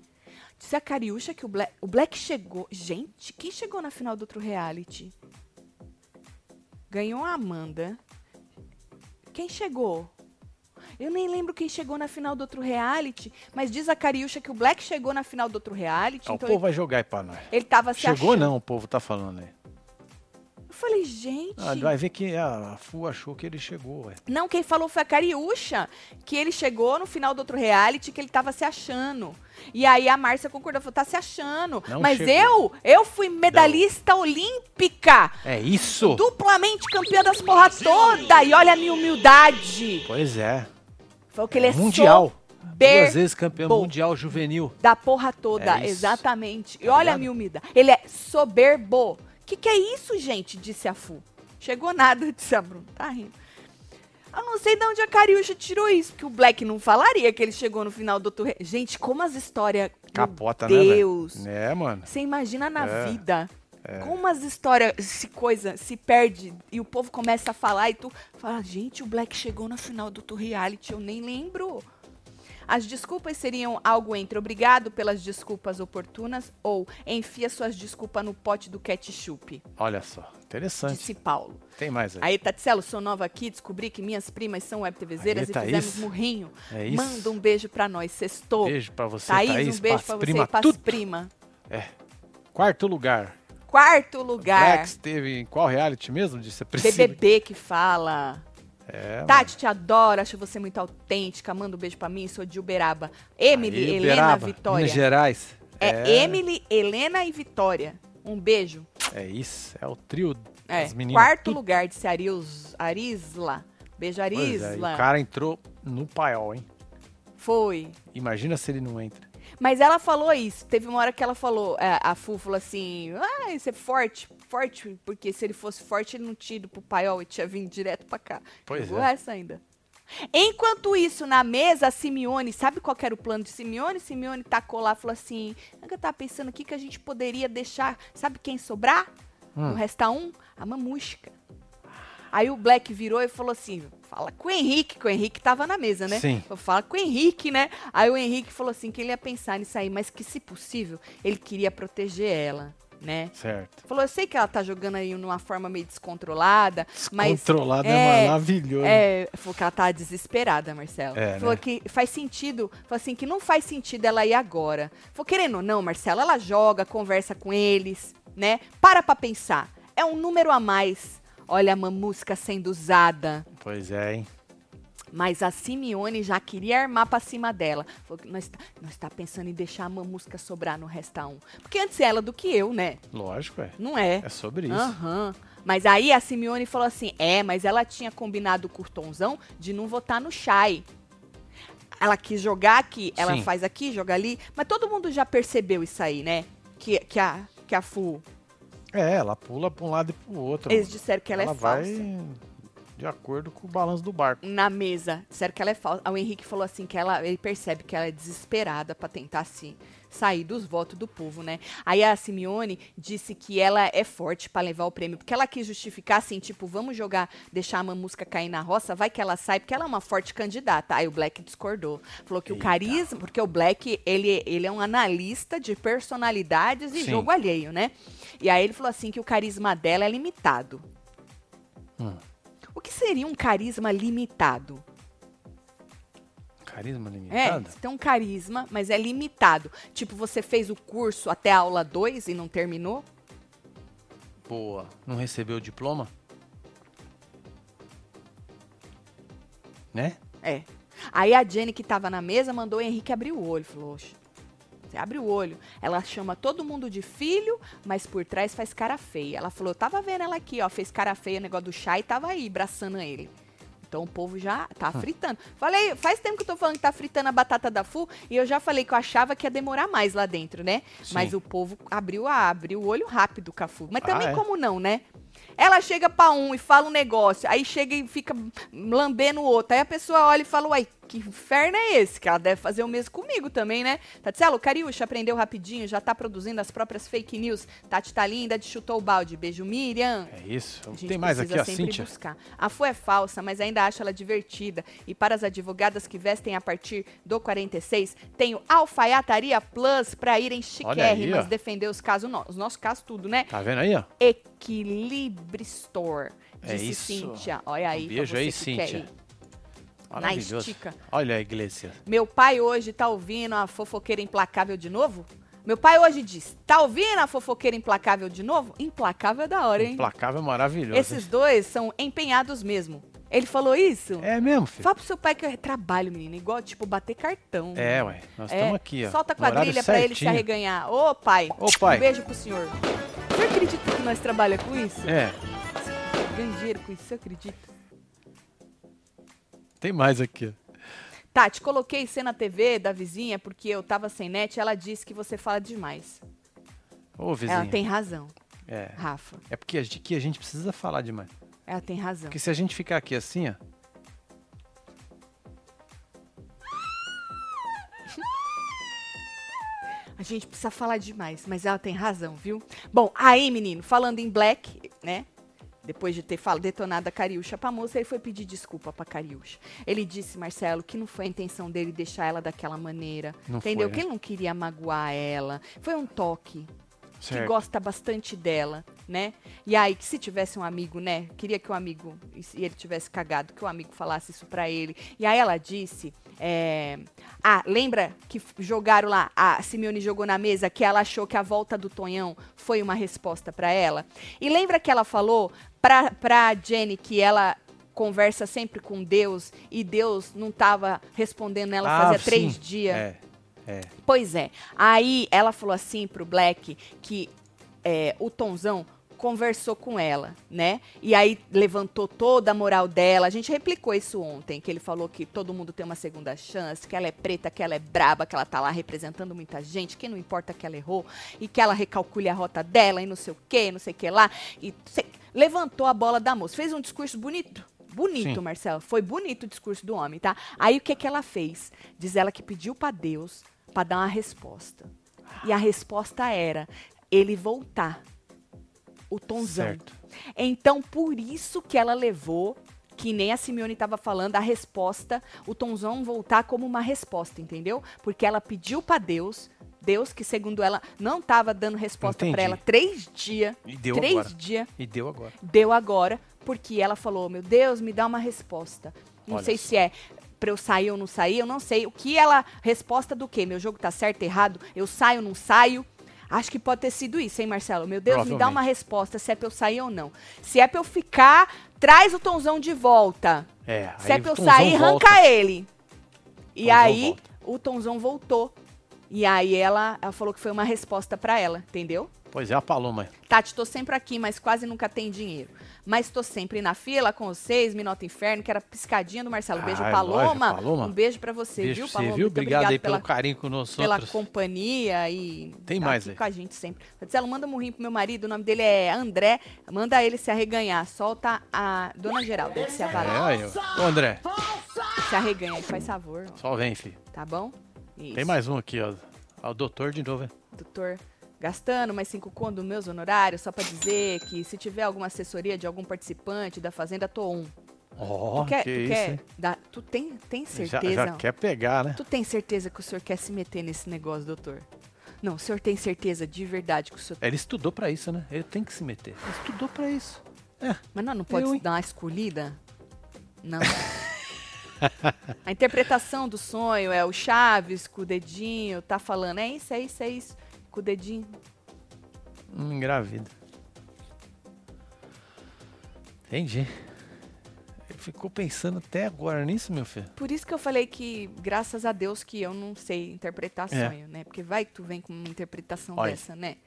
Disse a Cariúcha que o Black, o Black chegou. Gente, quem chegou na final do outro reality? Ganhou a Amanda. Quem chegou? Eu nem lembro quem chegou na final do outro reality, mas diz a Cariúcha que o Black chegou na final do outro reality, Ah, o então povo ele, vai jogar aí pra nós. ele tava se Chegou achando. não, o povo tá falando aí. Eu falei, gente. Ah, vai ver que a a Fu achou que ele chegou, ué. Não, quem falou foi a Cariúcha, que ele chegou no final do outro reality, que ele tava se achando. E aí a Márcia concordou, falou, tá se achando. Não Mas chegou. eu, eu fui medalhista olímpica, É isso! duplamente campeã das porra toda, e olha a minha humildade. Pois é. Foi o que ele é mundial. sober- Duas vezes campeão bom. mundial juvenil. Da porra toda, É isso. exatamente. E Tá olha a ligado? minha humildade, ele é soberbo. Que que é isso, gente? Disse a Fu. Chegou nada, disse a Bruna. Tá rindo. Eu não sei de onde a Cariúcha tirou isso, porque o Black não falaria que ele chegou no final do outro... re- Gente, como as histórias... Meu Capota, né, velho? Deus. É, mano. Você imagina na É, vida. Como as histórias, se coisa, se perde e o povo começa a falar e tu fala, gente, o Black chegou na final do outro reality, eu nem lembro. As desculpas seriam algo entre obrigado pelas desculpas oportunas ou enfia suas desculpas no pote do ketchup, Olha só. Interessante. disse Paulo. Tem mais aí. Aí, Tatselo, sou nova aqui, descobri que minhas primas são webtevezeiras Aí, e Thaís. fizemos murrinho. É isso. Manda um beijo pra nós, sextou. Beijo pra você, Thaís, Thaís. um beijo pras pra você prima, e pras tudo. prima. Quarto lugar. Quarto lugar. Black esteve em qual reality mesmo? Disse a Priscila. BBB que fala. É, Tati, te adoro, acho você muito autêntica. Manda um beijo pra mim, sou de Uberaba. Emily, Aí, Helena, Uberaba, Minas Vitória. Gerais. É, Emily, Helena e Vitória. Um beijo. É isso. É o trio É, das meninas. quarto lugar, disse Arius, Arisla. Beijo, Pois é, e Arisla. o cara entrou no paiol, hein? Foi. Imagina se ele não entra. Mas ela falou isso. Teve uma hora que ela falou, é, a Fu falou assim: Ah, esse é forte, forte, porque se ele fosse forte, ele não tinha ido pro paiol e tinha vindo direto pra cá. Pois Jogou é. essa ainda. Enquanto isso, na mesa, a Simeone, sabe qual que era o plano de Simeone? Simeone tacou lá e falou assim: Eu tava pensando aqui que a gente poderia deixar, sabe quem sobrar? Hum. Não resta um? A mamusca. Aí o Black virou e falou assim: fala com o Henrique, que o Henrique tava na mesa, né? Sim. Eu falo com o Henrique, né? Aí o Henrique falou assim que ele ia pensar nisso aí, mas que se possível, ele queria proteger ela, né? Certo. Falou, eu sei que ela tá jogando aí numa forma meio descontrolada, mas Controlado é, é, maravilhoso. é, falou que ela tá desesperada, Marcelo. É, falou né? que faz sentido, falou assim, que não faz sentido ela ir agora. Falou, querendo ou não, Marcelo, ela joga, conversa com eles, né? Para pra pensar. É um número a mais. Olha a mamusca sendo usada. Pois é, hein? Mas a Simeone já queria armar pra cima dela. Falou que nós tá, nós tá pensando em deixar a mamusca sobrar no resta um. Porque antes ela do que eu, né? Lógico, é. Não é. É sobre isso. Aham. Mas aí a Simeone falou assim: é, mas ela tinha combinado com o Tonzão de não votar no Chay. Ela quis jogar aqui, ela Sim. faz aqui, joga ali. Mas todo mundo já percebeu isso aí, né? Que, que, a, que a Fu. É, ela pula pra um lado e pro outro. Eles mano. disseram que ela, é vai falsa. de acordo com o balanço do barco. Na mesa, disseram que ela é falsa. O Henrique falou assim que ela, ele percebe que ela é desesperada pra tentar se sair dos votos do povo, né? Aí a Simeone disse que ela é forte pra levar o prêmio, porque ela quis justificar assim, tipo, vamos jogar, deixar a mamusca cair na roça, vai que ela sai, porque ela é uma forte candidata. Aí o Black discordou, falou que o Eita. carisma, porque o Black, ele, ele é um analista de personalidades e Sim. jogo alheio, né? E aí ele falou assim que o carisma dela é limitado. Hum. O que seria um carisma limitado? Carisma É, limitado? você tem um carisma, mas é limitado. Tipo, você fez o curso até a aula 2 e não terminou? Boa. Não recebeu o diploma? Né? É. Aí a Jenny, que tava na mesa, mandou o Henrique abrir o olho. Falou, "Oxe, você abre o olho. Ela chama todo mundo de filho, mas por trás faz cara feia. Ela falou, tava vendo ela aqui, ó, fez cara feia, negócio do chá e tava aí, abraçando ele. Então o povo já tá Ah. fritando. Falei, faz tempo que eu tô falando que tá fritando a batata da Fu e eu já falei que eu achava que ia demorar mais lá dentro, né? Sim. Mas o povo abriu a abriu o olho rápido, Cafu. Mas Ah, também é? como não, né? Ela chega pra um e fala um negócio, aí chega e fica lambendo o outro. Aí a pessoa olha e fala, uai, que inferno é esse? Que ela deve fazer o mesmo comigo também, né? Tatielo, Cariúcha aprendeu rapidinho, já tá produzindo as próprias fake news. Tati tá linda, te chutou o balde. Beijo, Miriam. É isso. A gente Tem mais aqui, precisa a sempre Cíntia. buscar. A FU é falsa, mas ainda acho ela divertida. E para as advogadas que vestem a partir do 46, tenho Alfaiataria Plus para irem Olha aí, ó. chiquérrimas defender os casos, no- os nossos casos, tudo, né? Tá vendo aí, ó? Equilibre Store. É Disse isso. Um Cíntia. Olha aí. pra beijo você que aí, quer Cíntia. ir. Na Maravilhoso. estica. Olha a igreja. Meu pai hoje tá ouvindo a fofoqueira implacável de novo? Meu pai hoje diz: tá ouvindo a fofoqueira implacável de novo? Implacável é da hora, hein? Implacável né? maravilhoso. Esses dois são empenhados mesmo. Ele falou isso? hein? É mesmo, filho. Fala pro seu pai que é trabalho, menina. Igual, tipo, bater cartão. É, ué. Nós estamos aqui, ó. Solta a no horário quadrilha pra ele se certinho. arreganhar. Ô, pai. Ô, pai. Um beijo pro senhor. Você acredita que nós trabalha com isso? É, Ganha dinheiro com isso, você acredita? tem mais aqui. ó. Tati, Tá, coloquei você na TV da vizinha porque eu tava sem net. Ela disse que você fala demais. Ô, vizinho. Ela tem razão, É. Rafa. É porque aqui a gente precisa falar demais. Ela tem razão. Porque se a gente ficar aqui assim, ó. A gente precisa falar demais, mas ela tem razão, viu? Bom, aí, menino, falando em Black, né? Depois de ter fal- detonado a Cariúcha pra moça, ele foi pedir desculpa pra Cariúcha. Ele disse, Marcelo, que não foi a intenção dele deixar ela daquela maneira. Não entendeu? foi, né? que ele não queria magoar ela. Foi um toque. Que Certo. gosta bastante dela, né? E aí, que se tivesse um amigo, né? Queria que o amigo, e se ele tivesse cagado, que o amigo falasse isso pra ele. E aí ela disse, é, ah, lembra que f- jogaram lá, a Simeone jogou na mesa que ela achou que a volta do Tonhão foi uma resposta pra ela? E lembra que ela falou pra, pra Jenny que ela conversa sempre com Deus e Deus não tava respondendo ela Ah, fazia sim. três dias? É. É. Pois é. Aí ela falou assim pro Black que é, o Tonzão conversou com ela, né? E aí levantou toda a moral dela. A gente replicou isso ontem, que ele falou que todo mundo tem uma segunda chance, que ela é preta, que ela é braba, que ela tá lá representando muita gente, que não importa que ela errou e que ela recalcule a rota dela e não sei o quê, não sei o que lá. E se- levantou a bola da moça. Fez um discurso bonito. Bonito, Sim. Marcelo. Foi bonito o discurso do homem, tá? Aí o que que ela fez? Diz ela que pediu pra Deus pra dar uma resposta. E a resposta era ele voltar o tonzão. Certo. Então, por isso que ela levou, que nem a Simeone estava falando, a resposta, o tonzão voltar como uma resposta, entendeu? Porque ela pediu para Deus, Deus que, segundo ela, não estava dando resposta para Entendi. ela três dias, E deu três agora. dias, E deu agora. deu agora, porque ela falou, meu Deus, me dá uma resposta. Não Olha sei só. se é pra eu sair ou não sair, eu não sei. O que ela, resposta do quê? Meu jogo tá certo, errado? Eu saio, não saio? Acho que pode ter sido isso, hein, Marcelo? Meu Deus, me dá uma Provavelmente. resposta se é pra eu sair ou não. Se é pra eu ficar, traz o tonzão de volta. É, Se é aí pra o eu Tonzão sair, volta. arranca ele. E Tonzão aí, volta. o tonzão voltou. E aí ela, ela falou que foi uma resposta pra ela, entendeu? Pois é, a Paloma. Tati, tô sempre aqui, mas quase nunca tem dinheiro. Mas tô sempre na fila com vocês, Minota Inferno, que era piscadinha do Marcelo. Beijo, Ai, Paloma. Ah, é lógico, Paloma. Um beijo pra você, Beijo viu, pra Paloma? você, viu? Muito Obrigado, aí pelo pela, carinho com nós pela outros. companhia e Tem tá mais aqui aí. com a gente sempre. Marcelo, manda um murrinho pro meu marido, o nome dele é André. Manda ele se arreganhar. Solta a dona Geralda, ele se É, avalar. aí, ó. Ô, André, Se arreganha, ele faz favor, ó, só vem, filho. tá bom? Isso. Tem mais um aqui, ó. Ó, O doutor de novo, hein? doutor gastando mais cinco conto dos meus honorários, só pra dizer que se tiver alguma assessoria de algum participante da Fazenda, tô um. on. Ó, tu quer, que tu isso, quer hein? dar- tu tem, tem Já, certeza? já quer pegar, né? Tu tem certeza que o senhor quer se meter nesse negócio, doutor? Não, o senhor tem certeza de verdade que o senhor... É, Ele estudou pra isso, né? Ele tem que se meter. Ele estudou pra isso. É, Mas nós não pode Eu, hein? dar uma escolhida? Não. A interpretação do sonho é o Chaves com o dedinho, tá falando, é isso, é isso, é isso, com o dedinho. hum, engravida. Entendi. Ele ficou pensando até agora nisso, meu filho. Por isso que eu falei que, graças a Deus, que eu não sei interpretar É. sonho, né? Porque vai que tu vem com uma interpretação Olha. dessa, né?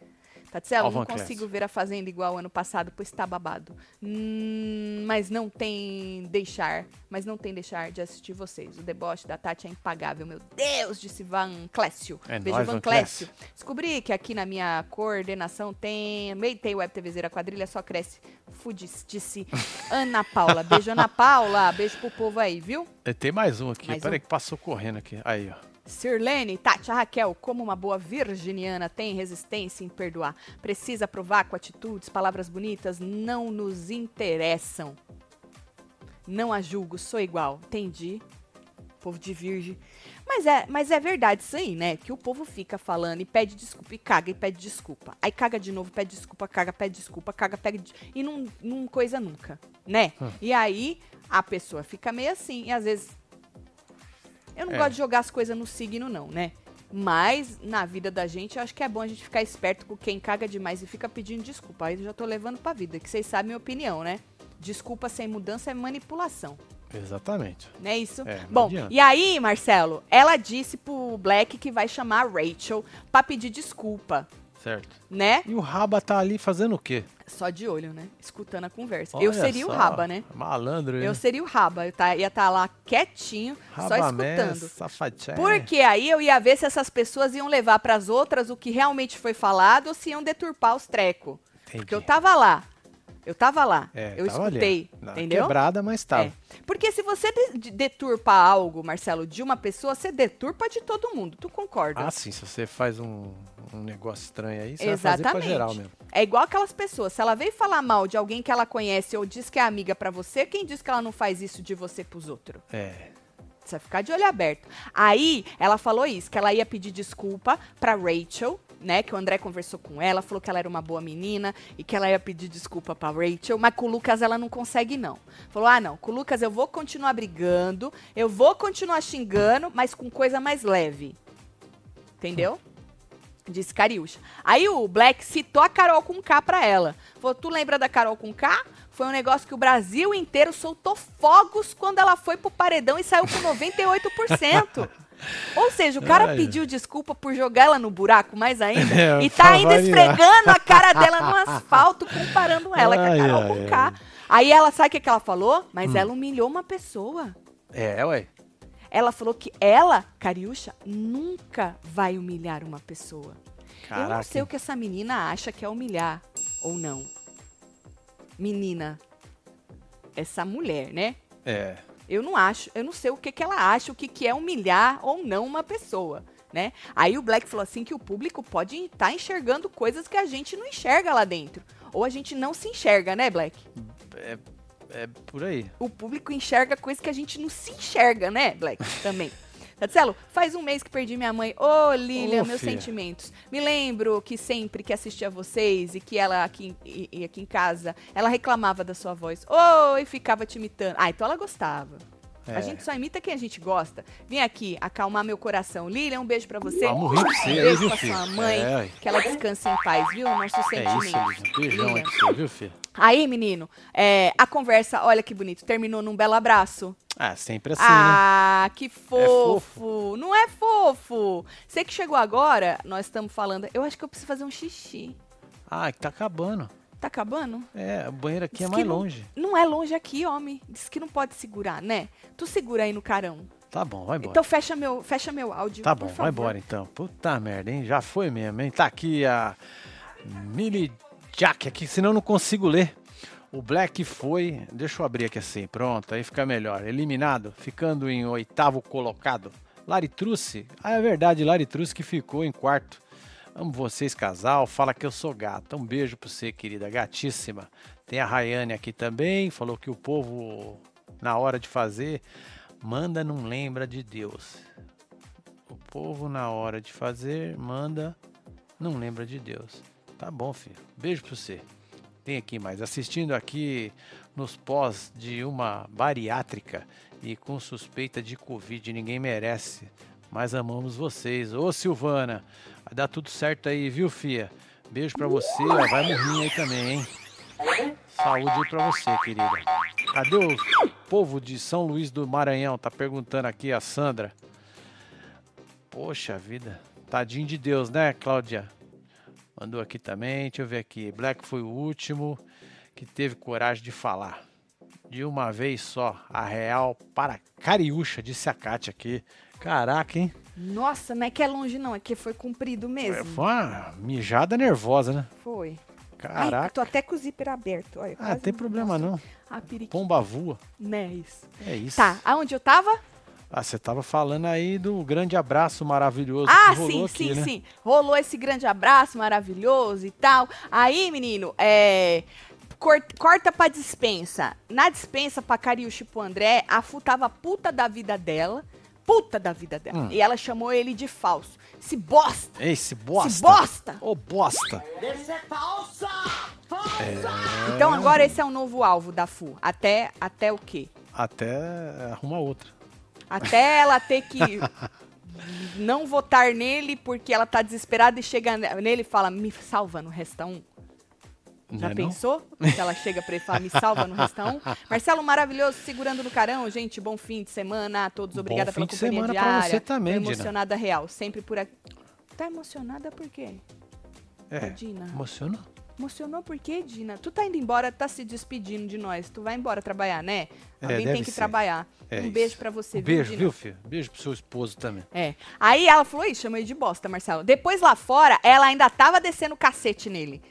Tatiana, eu Ó, não Van Cleef. consigo ver a Fazenda igual ano passado, pois tá babado. Hum, mas não tem deixar, mas não tem deixar de assistir vocês. O deboche da Tati é impagável, meu Deus, disse Van Clécio. É Beijo, nóis, Van Van Clécio. Clécio. Descobri que aqui na minha coordenação tem. Meitei Web TVzeira Quadrilha, só cresce. Fudis, disse Ana Paula. Beijo, Ana Paula. Beijo pro povo aí, viu? É, Tem mais um aqui. Mais Peraí um? que passou correndo aqui. Aí, ó. Sirlene, Tati, a Raquel, como uma boa virginiana, tem resistência em perdoar. Precisa provar com atitudes, palavras bonitas não nos interessam. Não a julgo, sou igual. Entendi. Povo de virgem. Mas é, mas é verdade isso aí, né? Que o povo fica falando e pede desculpa, e caga, e pede desculpa. Aí caga de novo, pede desculpa, caga, pede desculpa, caga, pede. E não, não coisa nunca, né? E aí a pessoa fica meio assim. E às vezes eu não É. gosto de jogar as coisas no signo, não, né? Mas, na vida da gente, eu acho que é bom a gente ficar esperto com quem caga demais e fica pedindo desculpa. Aí eu já tô levando pra vida, que vocês sabem a minha opinião, né? Desculpa sem mudança é manipulação, Exatamente. não é isso? É, não bom, adianta. e aí, Marcelo, ela disse pro Black que vai chamar a Rachel pra pedir desculpa, Certo. né? E o Raba tá ali fazendo o quê? Só de olho, né? Escutando a conversa. eu Olha seria o só, É. Raba, né? Malandro, hein? Eu seria o Raba, eu tá- ia estar lá quietinho, só Rabamés, escutando. safadinha. Porque aí eu ia ver se essas pessoas iam levar pras outras o que realmente foi falado ou se iam deturpar os trecos. Entendi. Porque eu tava lá. Eu tava lá. É, eu tava ali, escutei. ó. Na entendeu? Quebrada, mas tava. É. Porque se você de- de- deturpa algo, Marcelo, de uma pessoa, você deturpa de todo mundo. Tu concorda? Ah, sim, se você faz um, um negócio estranho aí, você vai fazer pra Exatamente. geral mesmo. É igual aquelas pessoas. Se ela veio falar mal de alguém que ela conhece ou diz que é amiga pra você, quem diz que ela não faz isso de você pros outros? É. Precisa ficar de olho aberto. Aí, ela falou isso, que ela ia pedir desculpa pra Rachel, né? Que o André conversou com ela, falou que ela era uma boa menina e que ela ia pedir desculpa pra Rachel, mas com o Lucas ela não consegue, não. Falou: ah, não, com o Lucas eu vou continuar brigando, eu vou continuar xingando, mas com coisa mais leve. Entendeu? Disse Cariúcha. Aí o Black citou a Carol com K pra ela. Falou, tu lembra da Carol com K? Foi um negócio que o Brasil inteiro soltou fogos quando ela foi pro paredão e saiu com 98%. Ou seja, o cara Ai. pediu desculpa por jogar ela no buraco mais ainda É, e tá pra ainda variar. esfregando a cara dela no asfalto, comparando ela com a Ai, Carol ai, Hum. Conká. Aí ela sabe o que, que ela falou? Mas ela humilhou uma pessoa. É, ué. Ela falou que ela, Cariúcha, nunca vai humilhar uma pessoa. Eu não Caraca. sei o que essa menina acha que é humilhar ou não. Menina, essa mulher, né? É. Eu não acho, eu não sei o que, que ela acha, o que, que é humilhar ou não uma pessoa, né? Aí o Black falou assim que o público pode estar enxergando coisas que a gente não enxerga lá dentro. Ou a gente não se enxerga, né, Black? É por aí. O público enxerga coisas que a gente não se enxerga, né, Black? Também. Tatielo, faz um mês que perdi minha mãe. Ô, Lilian, Ô, meus filha. sentimentos. Me lembro que sempre que assistia vocês e que ela aqui, em- e- e aqui em casa, ela reclamava da sua voz. Ô, e ficava te imitando. Ah, então ela gostava. É. A gente só imita quem a gente gosta. Vim aqui acalmar meu coração. Lilian, um beijo pra você. Ah, morri pra você um aí, beijo viu, pra filho? sua mãe. É, ué. Que ela descanse em paz, viu? Nossos é sentimentos. isso, Lisa. Beijão aí Lilian. pra você, viu, filho? Aí, menino, é, a conversa, olha que bonito, terminou num belo abraço. Ah, sempre assim, né? ah, que fofo. fofo. Não é fofo. Você que chegou agora, nós estamos falando. Eu acho que eu preciso fazer um xixi. Ah, que tá acabando. Tá acabando? É, o banheiro aqui Diz é que mais não- longe. Não é longe aqui, homem. Diz que não pode segurar, né? Tu segura aí no carão. Tá bom, vai embora. Então fecha meu, fecha meu áudio. Tá por bom, favor. vai embora então. Puta merda, hein? Já foi mesmo, hein? Tá aqui a Millie Jack aqui, senão eu não consigo ler. O Black foi. Deixa eu abrir aqui assim, pronto, aí fica melhor. Eliminado, ficando em oitavo colocado. Lari Truce, ah, é verdade, Lari Truce que ficou em quarto. Amo vocês, casal. Fala que eu sou gata. Um beijo pra você, querida, gatíssima. Tem a Rayane aqui também, falou que o povo, na hora de fazer, manda não lembra de Deus. O povo, na hora de fazer, manda, não lembra de Deus. Tá bom, filho. Beijo pra você. Tem aqui mais. Assistindo aqui nos pós de uma bariátrica e com suspeita de Covid, ninguém merece. Mas amamos vocês. Ô, Silvana, vai dar tudo certo aí, viu, fia? Beijo pra você. Ó, vai morrer aí também, hein? Saúde aí pra você, querida. Cadê o povo de São Luís do Maranhão? Tá perguntando aqui a Sandra. Poxa vida. Tadinho de Deus, né, Cláudia? Mandou aqui também. Deixa eu ver aqui. Black foi o último que teve coragem de falar. De uma vez só, a real para Cariúcha, disse a Kátia aqui. Caraca, hein? Nossa, não é que é longe, não. É que foi comprido É, mesmo. Foi uma mijada nervosa, né? Foi. Ai, Caraca. tô até com o zíper aberto. Olha, Ah, tem problema não. A periquita. Pomba voa. Né, isso. É isso. Tá, aonde eu tava? Ah, você tava falando aí do grande abraço maravilhoso Ah, que rolou sim, aqui, sim, né? sim. Rolou esse grande abraço maravilhoso e tal. Aí, menino, é. cor- Corta pra dispensa. Na dispensa pra Cariúcho e pro André, a Fu tava puta da vida dela. Puta da vida dela. Hum. E ela chamou ele de falso. Se bosta! Esse bosta. Se bosta! Ô, bosta. Então agora esse é o novo alvo da Fu. Até, até o quê? Até arruma outra. Até ela ter que não votar nele porque ela tá desesperada e chega nele e fala: me salva no resta um. Já Né, não? pensou? Se ela chega pra ele e fala, me salva no restão. Marcelo maravilhoso, segurando no carão. Gente, bom fim de semana a todos. Bom Obrigada fim pela de companhia semana pra diária. você também, Tô Dina. emocionada real, sempre por aqui. Tá emocionada por quê? É, Dina. emocionou. Emocionou por quê, Dina? Tu tá indo embora, tá se despedindo de nós. Tu vai embora trabalhar, né? É, Alguém deve tem que ser. trabalhar. É um isso. beijo pra você, Um beijo, Dina? viu, filho? Beijo pro seu esposo também. É. Aí ela falou, ih, chamei de bosta, Marcelo. Depois lá fora, ela ainda tava descendo o cacete nele.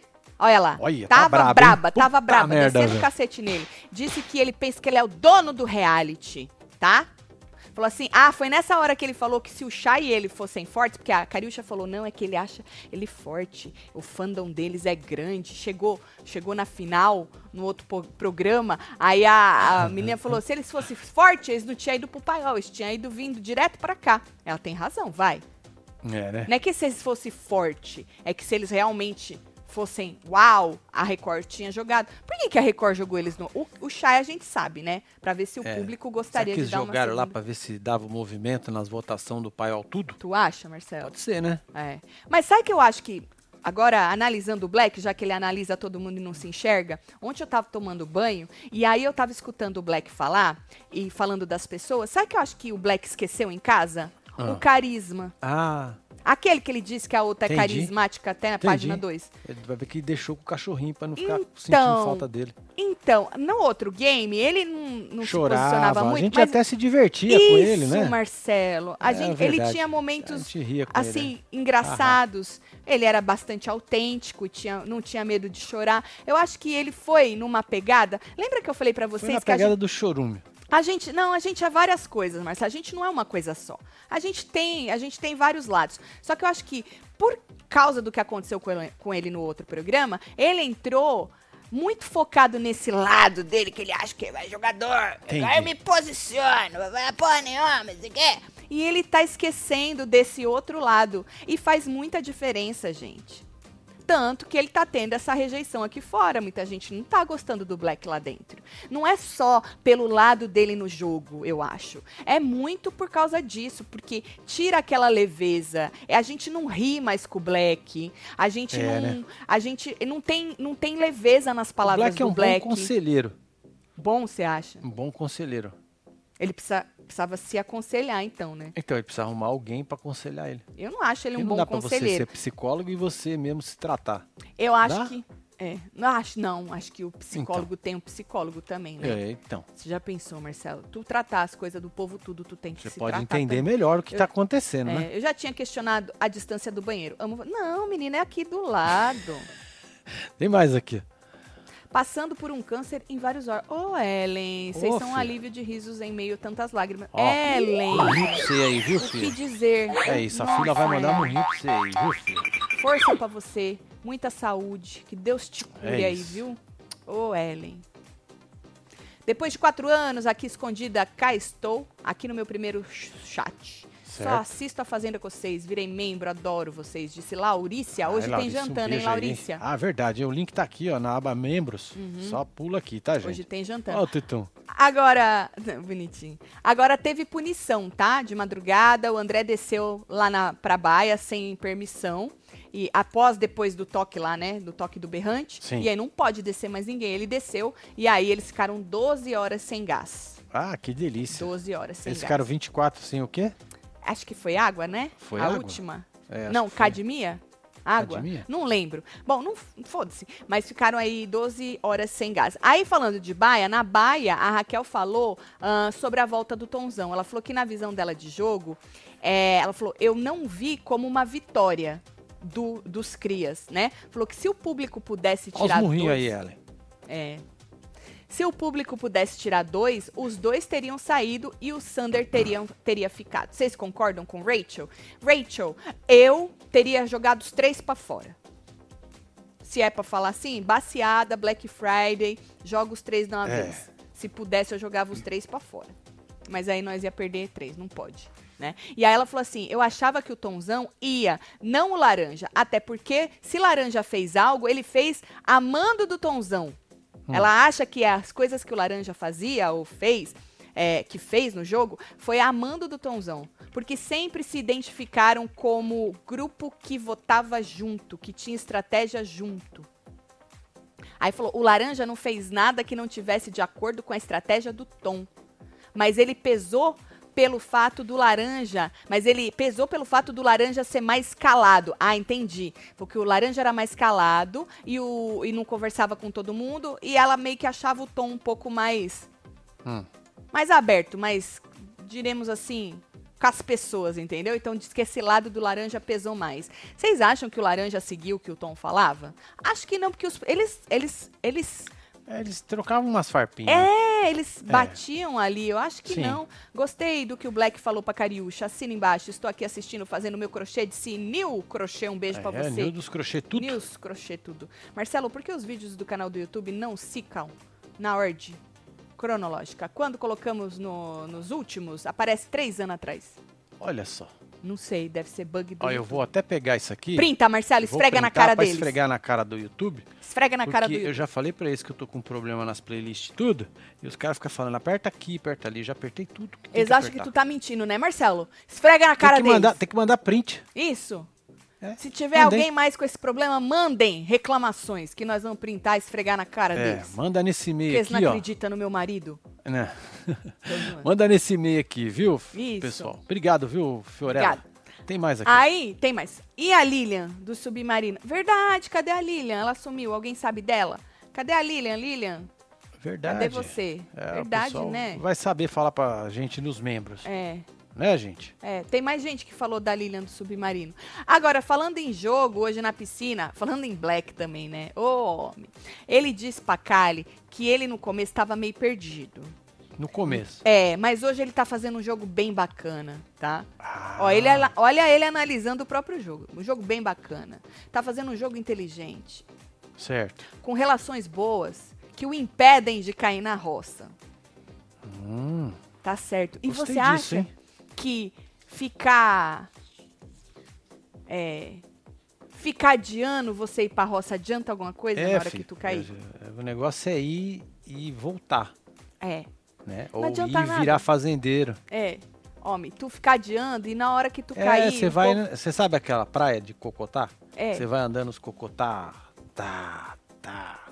Olha lá. Olha, tá tava braba, hein? braba, tava Puta braba, merda, descendo o velho. cacete nele. Disse que ele pensa que ele é o dono do reality, tá? Falou assim, ah, foi nessa hora que ele falou que se o Chá e ele fossem fortes, porque a Cariúcha falou, não, é que ele acha ele forte, o fandom deles é grande, chegou chegou na final, no outro po- programa, aí a, a menina falou, se eles fossem fortes, eles não tinham ido pro paiol, eles tinham ido vindo direto pra cá. Ela tem razão, vai. É, né? Não é que se eles fossem forte, é que se eles realmente fossem, uau, a Record tinha jogado. Por que, que a Record jogou eles no... O, o Chay a gente sabe, né? Pra ver se o É. público Será gostaria que eles de dar jogaram uma lá segunda- pra ver se dava o movimento nas votações do paiol tudo? Tu acha, Marcelo? Pode ser, né? É. Mas sabe que eu acho que, agora, analisando o Black, já que ele analisa todo mundo e não se enxerga, ontem eu tava tomando banho e aí eu tava escutando o Black falar e falando das pessoas. Sabe que eu acho que o Black esqueceu em casa? Ah. o carisma. Ah, Aquele que ele disse que a outra é Entendi. carismática até na Entendi. página 2. ele vai ver que deixou com o cachorrinho pra não ficar sentindo Então, falta dele. Então, no outro game, ele não, não se posicionava Chorava. muito, a gente mas até se divertia isso, com ele, né? Marcelo. A É gente, ele verdade. é tinha A momentos gente ria com ele. né? assim engraçados. Ele era bastante autêntico, tinha, não tinha medo de chorar. Eu acho que ele foi numa pegada. Lembra que eu falei pra Foi vocês na que a gente pegada do chorume. a gente, não, a gente é várias coisas, mas a gente não é uma coisa só. A gente tem, a gente tem vários lados. Só que eu acho que por causa do que aconteceu com ele, com ele no outro programa, ele entrou muito focado nesse lado dele que ele acha que é jogador. Entendi. Agora eu me posiciono, vai porra nenhuma, não sei o quê. E ele tá esquecendo desse outro lado e faz muita diferença, gente. Tanto que ele tá tendo essa rejeição aqui fora. Muita gente não tá gostando do Black lá dentro. Não é só pelo lado dele no jogo, eu acho. É muito por causa disso, porque tira aquela leveza. É, a gente não ri mais com o Black. A gente É, não. né? A gente não tem, não tem leveza nas O palavras Black é do um Black. bom conselheiro. Bom, você acha? Um bom conselheiro. Ele precisa- precisava se aconselhar, então, né? Então, ele precisa arrumar alguém pra aconselhar ele. Eu não acho ele Porque um não bom dá pra você conselheiro. ser psicólogo e você mesmo se tratar. Eu acho Dá? Então. que. É, não acho, não. Acho que o psicólogo tem um psicólogo também, né? É, então. Você já pensou, Marcelo? Tu tratar as coisas do povo tudo, tu tem que Você se pode tratar entender também. melhor o que Eu- tá acontecendo, né? É, eu já tinha questionado a distância do banheiro. Amo... Não, menina, é aqui do lado. É. Tem mais aqui. Passando por um câncer em vários órgãos. Ô, Ellen, vocês Ô, são um filha. alívio de risos em meio a tantas lágrimas. Ó. Ellen, Um rim pra você aí, viu, o que filho? dizer? É isso, a Nossa, filha vai mandar um Ellen, rim pra você aí, viu, filho? Força pra você, muita saúde, que Deus te cure É aí, isso. viu? Ô, Ellen. Depois de quatro anos aqui escondida, cá estou, aqui no meu primeiro ch- chat. Só Certo? assisto a Fazenda com vocês, virei membro, adoro vocês, disse Laurícia. Aí, Hoje tem Laurícia, um jantando, hein, beijo aí. Laurícia? Uhum. Ah, verdade. O link tá aqui, ó, na aba membros. Só pula aqui, tá, Hoje gente? tem jantando. Ó, o Tutum. Agora, bonitinho. Agora teve punição, tá? De madrugada, o André desceu lá na pra baia sem permissão. E após depois do toque lá, né, do toque do berrante, Sim. e aí não pode descer mais ninguém, ele desceu e aí eles ficaram 12 horas sem gás. Ah, que delícia. 12 horas sem Eles gás. ficaram 24 sem o quê? Acho que foi água, né? Foi a água? última. É, acho Não, que foi. cadmia? Água? Cadmia? Não lembro. Bom, não foda-se. Mas ficaram aí 12 horas sem gás. Aí, falando de baia, na baia, a Raquel falou ah, sobre a volta do Tonzão. Ela falou que na visão dela de jogo, é, ela falou, eu não vi como uma vitória do- dos crias, né? Falou que se o público pudesse Olha os tirar murrinhos dois- aí, Ellen. é. Se o público pudesse tirar dois, os dois teriam saído e o Sander teriam, teria ficado. Vocês concordam com Rachel? Rachel, eu teria jogado os três pra fora. Se é pra falar assim, baseada, Black Friday, joga os três de uma É. vez. Se pudesse, eu jogava os três pra fora. Mas aí nós ia perder três, não pode. Né? E aí ela falou assim: eu achava que o Tonzão ia, não o laranja. Até porque, se laranja fez algo, ele fez amando do Tonzão. Ela acha que as coisas que o laranja fazia ou fez, é, que fez no jogo, foi amando do Tonzão. Porque sempre se identificaram como grupo que votava junto, que tinha estratégia junto. Aí falou: o laranja não fez nada que não tivesse de acordo com a estratégia do Tom. Mas ele pesou pelo fato do laranja. Mas ele pesou pelo fato do laranja ser mais calado. Ah, entendi. Porque o laranja era mais calado e, o, e não conversava com todo mundo. E ela meio que achava o tom um pouco mais. Hum. Mais aberto, mais. Diremos assim. Com as pessoas, entendeu? Então diz que esse lado do laranja pesou mais. Vocês acham que o laranja seguiu o que o Tom falava? Acho que não, porque os- eles, eles, eles É, eles trocavam umas farpinhas. é, eles batiam ali, eu acho que Sim. não. Gostei do que o Black falou pra Cariúcha. Assina embaixo, estou aqui assistindo, fazendo meu crochê de sinil crochê. Um beijo pra é, você. Nil dos crochê tudo. News crochê tudo. Marcelo, por que os vídeos do canal do YouTube não ficam na ordem cronológica? Quando colocamos no- nos últimos, aparece três anos atrás. Olha só. Não sei, deve ser bug do Ó, eu YouTube. vou até pegar isso aqui. Printa, Marcelo, Vou esfrega na printar cara pra deles. esfregar na cara do YouTube. Esfrega na porque cara do eu YouTube. já falei pra eles que eu tô com problema nas playlists e tudo. E os caras ficam falando, aperta aqui, aperta ali. Já apertei tudo que tem Eles que acham que apertar. tu tá mentindo, né, Marcelo? Esfrega na cara tem que deles. mandar, Tem que mandar print. Isso. É, Se tiver mandei. alguém mais com esse problema, mandem reclamações que nós vamos printar e esfregar na cara É, deles. manda Porque nesse e-mail eles aqui, não ó. acreditam no meu marido. Né? Tô zoando. Manda nesse e-mail aqui, viu, f- Isso. pessoal? Obrigado, viu, Fiorella? Tem mais Tá aqui. Aí, tem mais. E a Lilian, do Submarino? Verdade, cadê a Lilian? Ela sumiu, alguém sabe dela? Cadê a Lilian, Lilian? Verdade. Cadê você? É, o Verdade, pessoal né? Vai saber falar pra gente nos membros, É. né, gente? É, tem mais gente que falou da Lilian do Submarino. Agora, falando em jogo, hoje na piscina, falando em Black também, né? Ô, homem. Ele disse pra Kylie que ele no começo tava meio perdido. No começo. É, mas hoje ele tá fazendo um jogo bem bacana, tá? Ah, Ó, ele, ala- olha ele analisando o próprio jogo. Um jogo bem bacana. Tá fazendo um jogo inteligente, Ah, Certo. com relações boas, que o impedem de cair na roça. Hum, Tá certo. E gostei você disso, acha hein? que ficar. É. Ficar de ano, você ir pra roça, adianta alguma coisa na hora fi, que tu cair? é, O negócio é ir e voltar, É, né? Não Ou ir adianta nada. virar fazendeiro. é. Homem, tu ficar de ano e na hora que tu É, cair. um você o vai. povo- Você sabe aquela praia de Cocotá? É. Você vai andando os Cocotá. Tá, tá.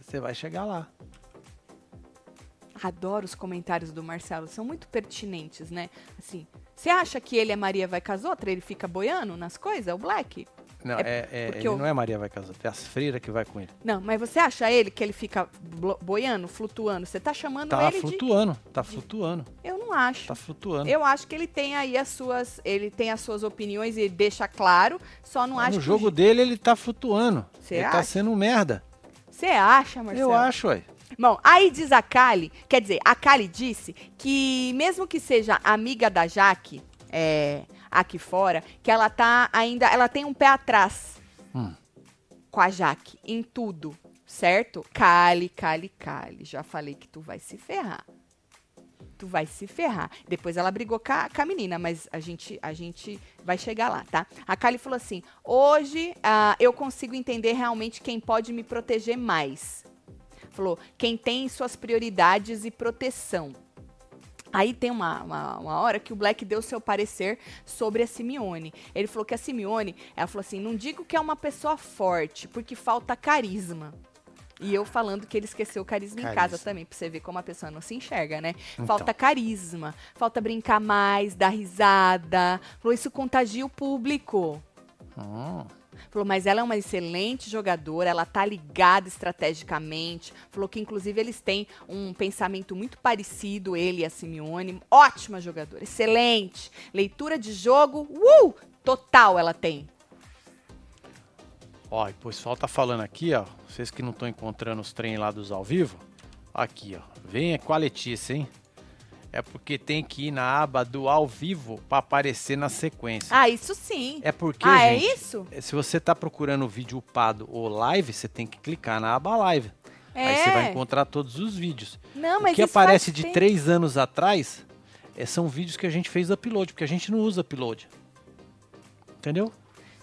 Você vai chegar lá. Adoro os comentários do Marcelo, são muito pertinentes, né? Assim, você acha que ele é Maria vai com as outras? Ele fica boiando nas coisas, o Black? Não, É, é, é- porque ele eu- não é Maria vai casar. Tem as freiras que vai com ele. Não, mas você acha ele que ele fica blo- boiando, flutuando? Você tá chamando Tá ele de. flutuando, tá flutuando, Eu não acho. tá flutuando. Eu acho que ele tem aí as suas, ele tem as suas opiniões e deixa claro, só não Mas acho no que jogo dele ele tá flutuando. Você ele tá acha? sendo um merda. Você acha, Marcelo? Eu acho, ué. Bom, aí diz a Kali, quer dizer, a Kali disse que mesmo que seja amiga da Jaque, é, aqui fora, que ela tá ainda, ela tem um pé atrás Hum. com a Jaque em tudo, certo? Kali, Kali, Kali, já falei que tu vai se ferrar. Tu vai se ferrar. Depois ela brigou com a, com a menina, mas a gente, a gente vai chegar lá, tá? A Kali falou assim: hoje ah, eu consigo entender realmente quem pode me proteger mais. Falou, quem tem suas prioridades e proteção. Aí tem uma, uma, uma hora que o Black deu seu parecer sobre a Simeone. Ele falou que a Simeone, ela falou assim, não digo que é uma pessoa forte, porque falta carisma. E eu falando que ele esqueceu o carisma, em casa Carisma. também, pra você ver como a pessoa não se enxerga, né? Então. Falta carisma, falta brincar mais, dar risada. Falou, isso contagia o público. Hum. Falou, mas ela é uma excelente jogadora, ela tá ligada estrategicamente. Falou que, inclusive, eles têm um pensamento muito parecido, ele e a Simeone. Ótima jogadora, excelente. Leitura de jogo, uh, total ela tem. Ó, e o pessoal tá falando aqui, ó. Vocês que não estão encontrando os trem lá dos ao vivo, aqui, ó. Venha com a Letícia, hein? É porque tem que ir na aba do ao vivo pra aparecer na sequência. Ah, isso sim. É porque, ah, gente, é isso? se você tá procurando o vídeo upado ou live, você tem que clicar na aba live. É. Aí você vai encontrar todos os vídeos. Não, o mas que isso aparece faz de tempo. três anos atrás é, são vídeos que a gente fez upload, porque a gente não usa upload. Entendeu?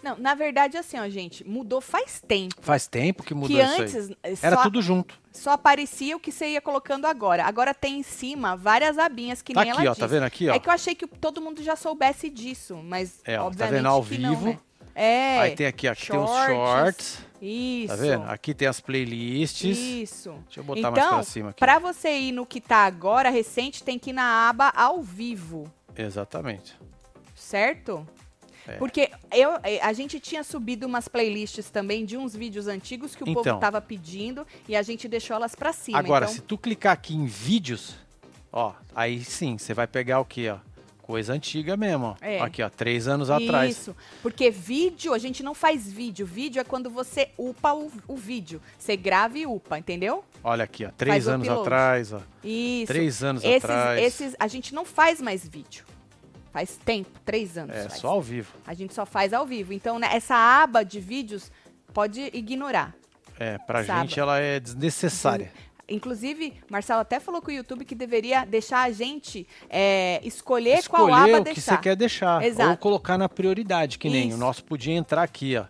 Não, na verdade, assim, ó, gente, mudou faz tempo. Faz tempo que mudou que isso aí. antes eh, Era só, tudo junto. só aparecia o que você ia colocando agora. Agora tem em cima várias abinhas que tá nem aqui, ela ó. Tá disse. vendo aqui, ó? É que eu achei que todo mundo já soubesse disso, mas É, ó, tá obviamente vendo ao que não, vivo? né? É. Aí tem aqui, ó. Aqui tem os shorts, shorts. Isso. Tá vendo? Aqui tem as playlists. Isso. Deixa eu botar mais então, pra cima aqui. pra você ir no que tá agora recente, tem que ir na aba ao vivo, Exatamente. certo? É. Porque eu, eh, a gente tinha subido umas playlists também de uns vídeos antigos que o Então. povo tava pedindo e a gente deixou elas pra cima. Agora, então, se tu clicar aqui em vídeos, ó, aí sim, você vai pegar o quê, ó? Coisa antiga mesmo, ó. É. Aqui, ó, três anos atrás. Isso, porque vídeo, a gente não faz vídeo. Vídeo é quando você upa o, o vídeo. Você grava e upa, entendeu? Olha aqui, ó, três Faz o anos upload. atrás, ó. Isso. Três anos esses, atrás. esses, a gente não faz mais vídeo. Faz tempo, três anos. É, faz. só ao vivo. A gente só faz ao vivo. Então, né, essa aba de vídeos pode ignorar. É, pra Sábado. gente ela é desnecessária. Inclusive, Marcelo até falou com o YouTube que deveria deixar a gente é, escolher, qual Escolher aba o que você deixar. quer deixar. Ou Exato. colocar na prioridade, que nem Isso. o nosso podia entrar aqui, ó.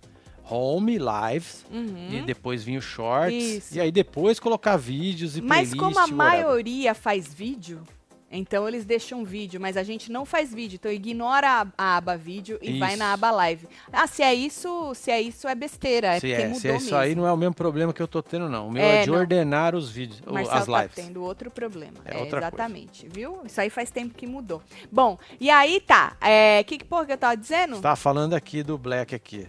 Home, lives, Uhum. e depois vinha o shorts. Isso. E aí depois colocar vídeos e Mas playlists. como a maioria faz vídeo, Então eles deixam vídeo, mas a gente não faz vídeo. Então ignora a, a aba vídeo e vai Isso. na aba live. Ah, se é isso, se é isso é besteira, é se porque é, mudou se é isso mesmo. aí, não é o mesmo problema que eu tô tendo, não. O meu É, é, de não. ordenar os vídeos, o- O Marcelo as lives. tá tendo outro problema. É É, outra coisa. exatamente, viu? Isso aí faz tempo que mudou. Bom, e aí tá. É, que que porra que eu tava Você dizendo? tava falando aqui do Black aqui.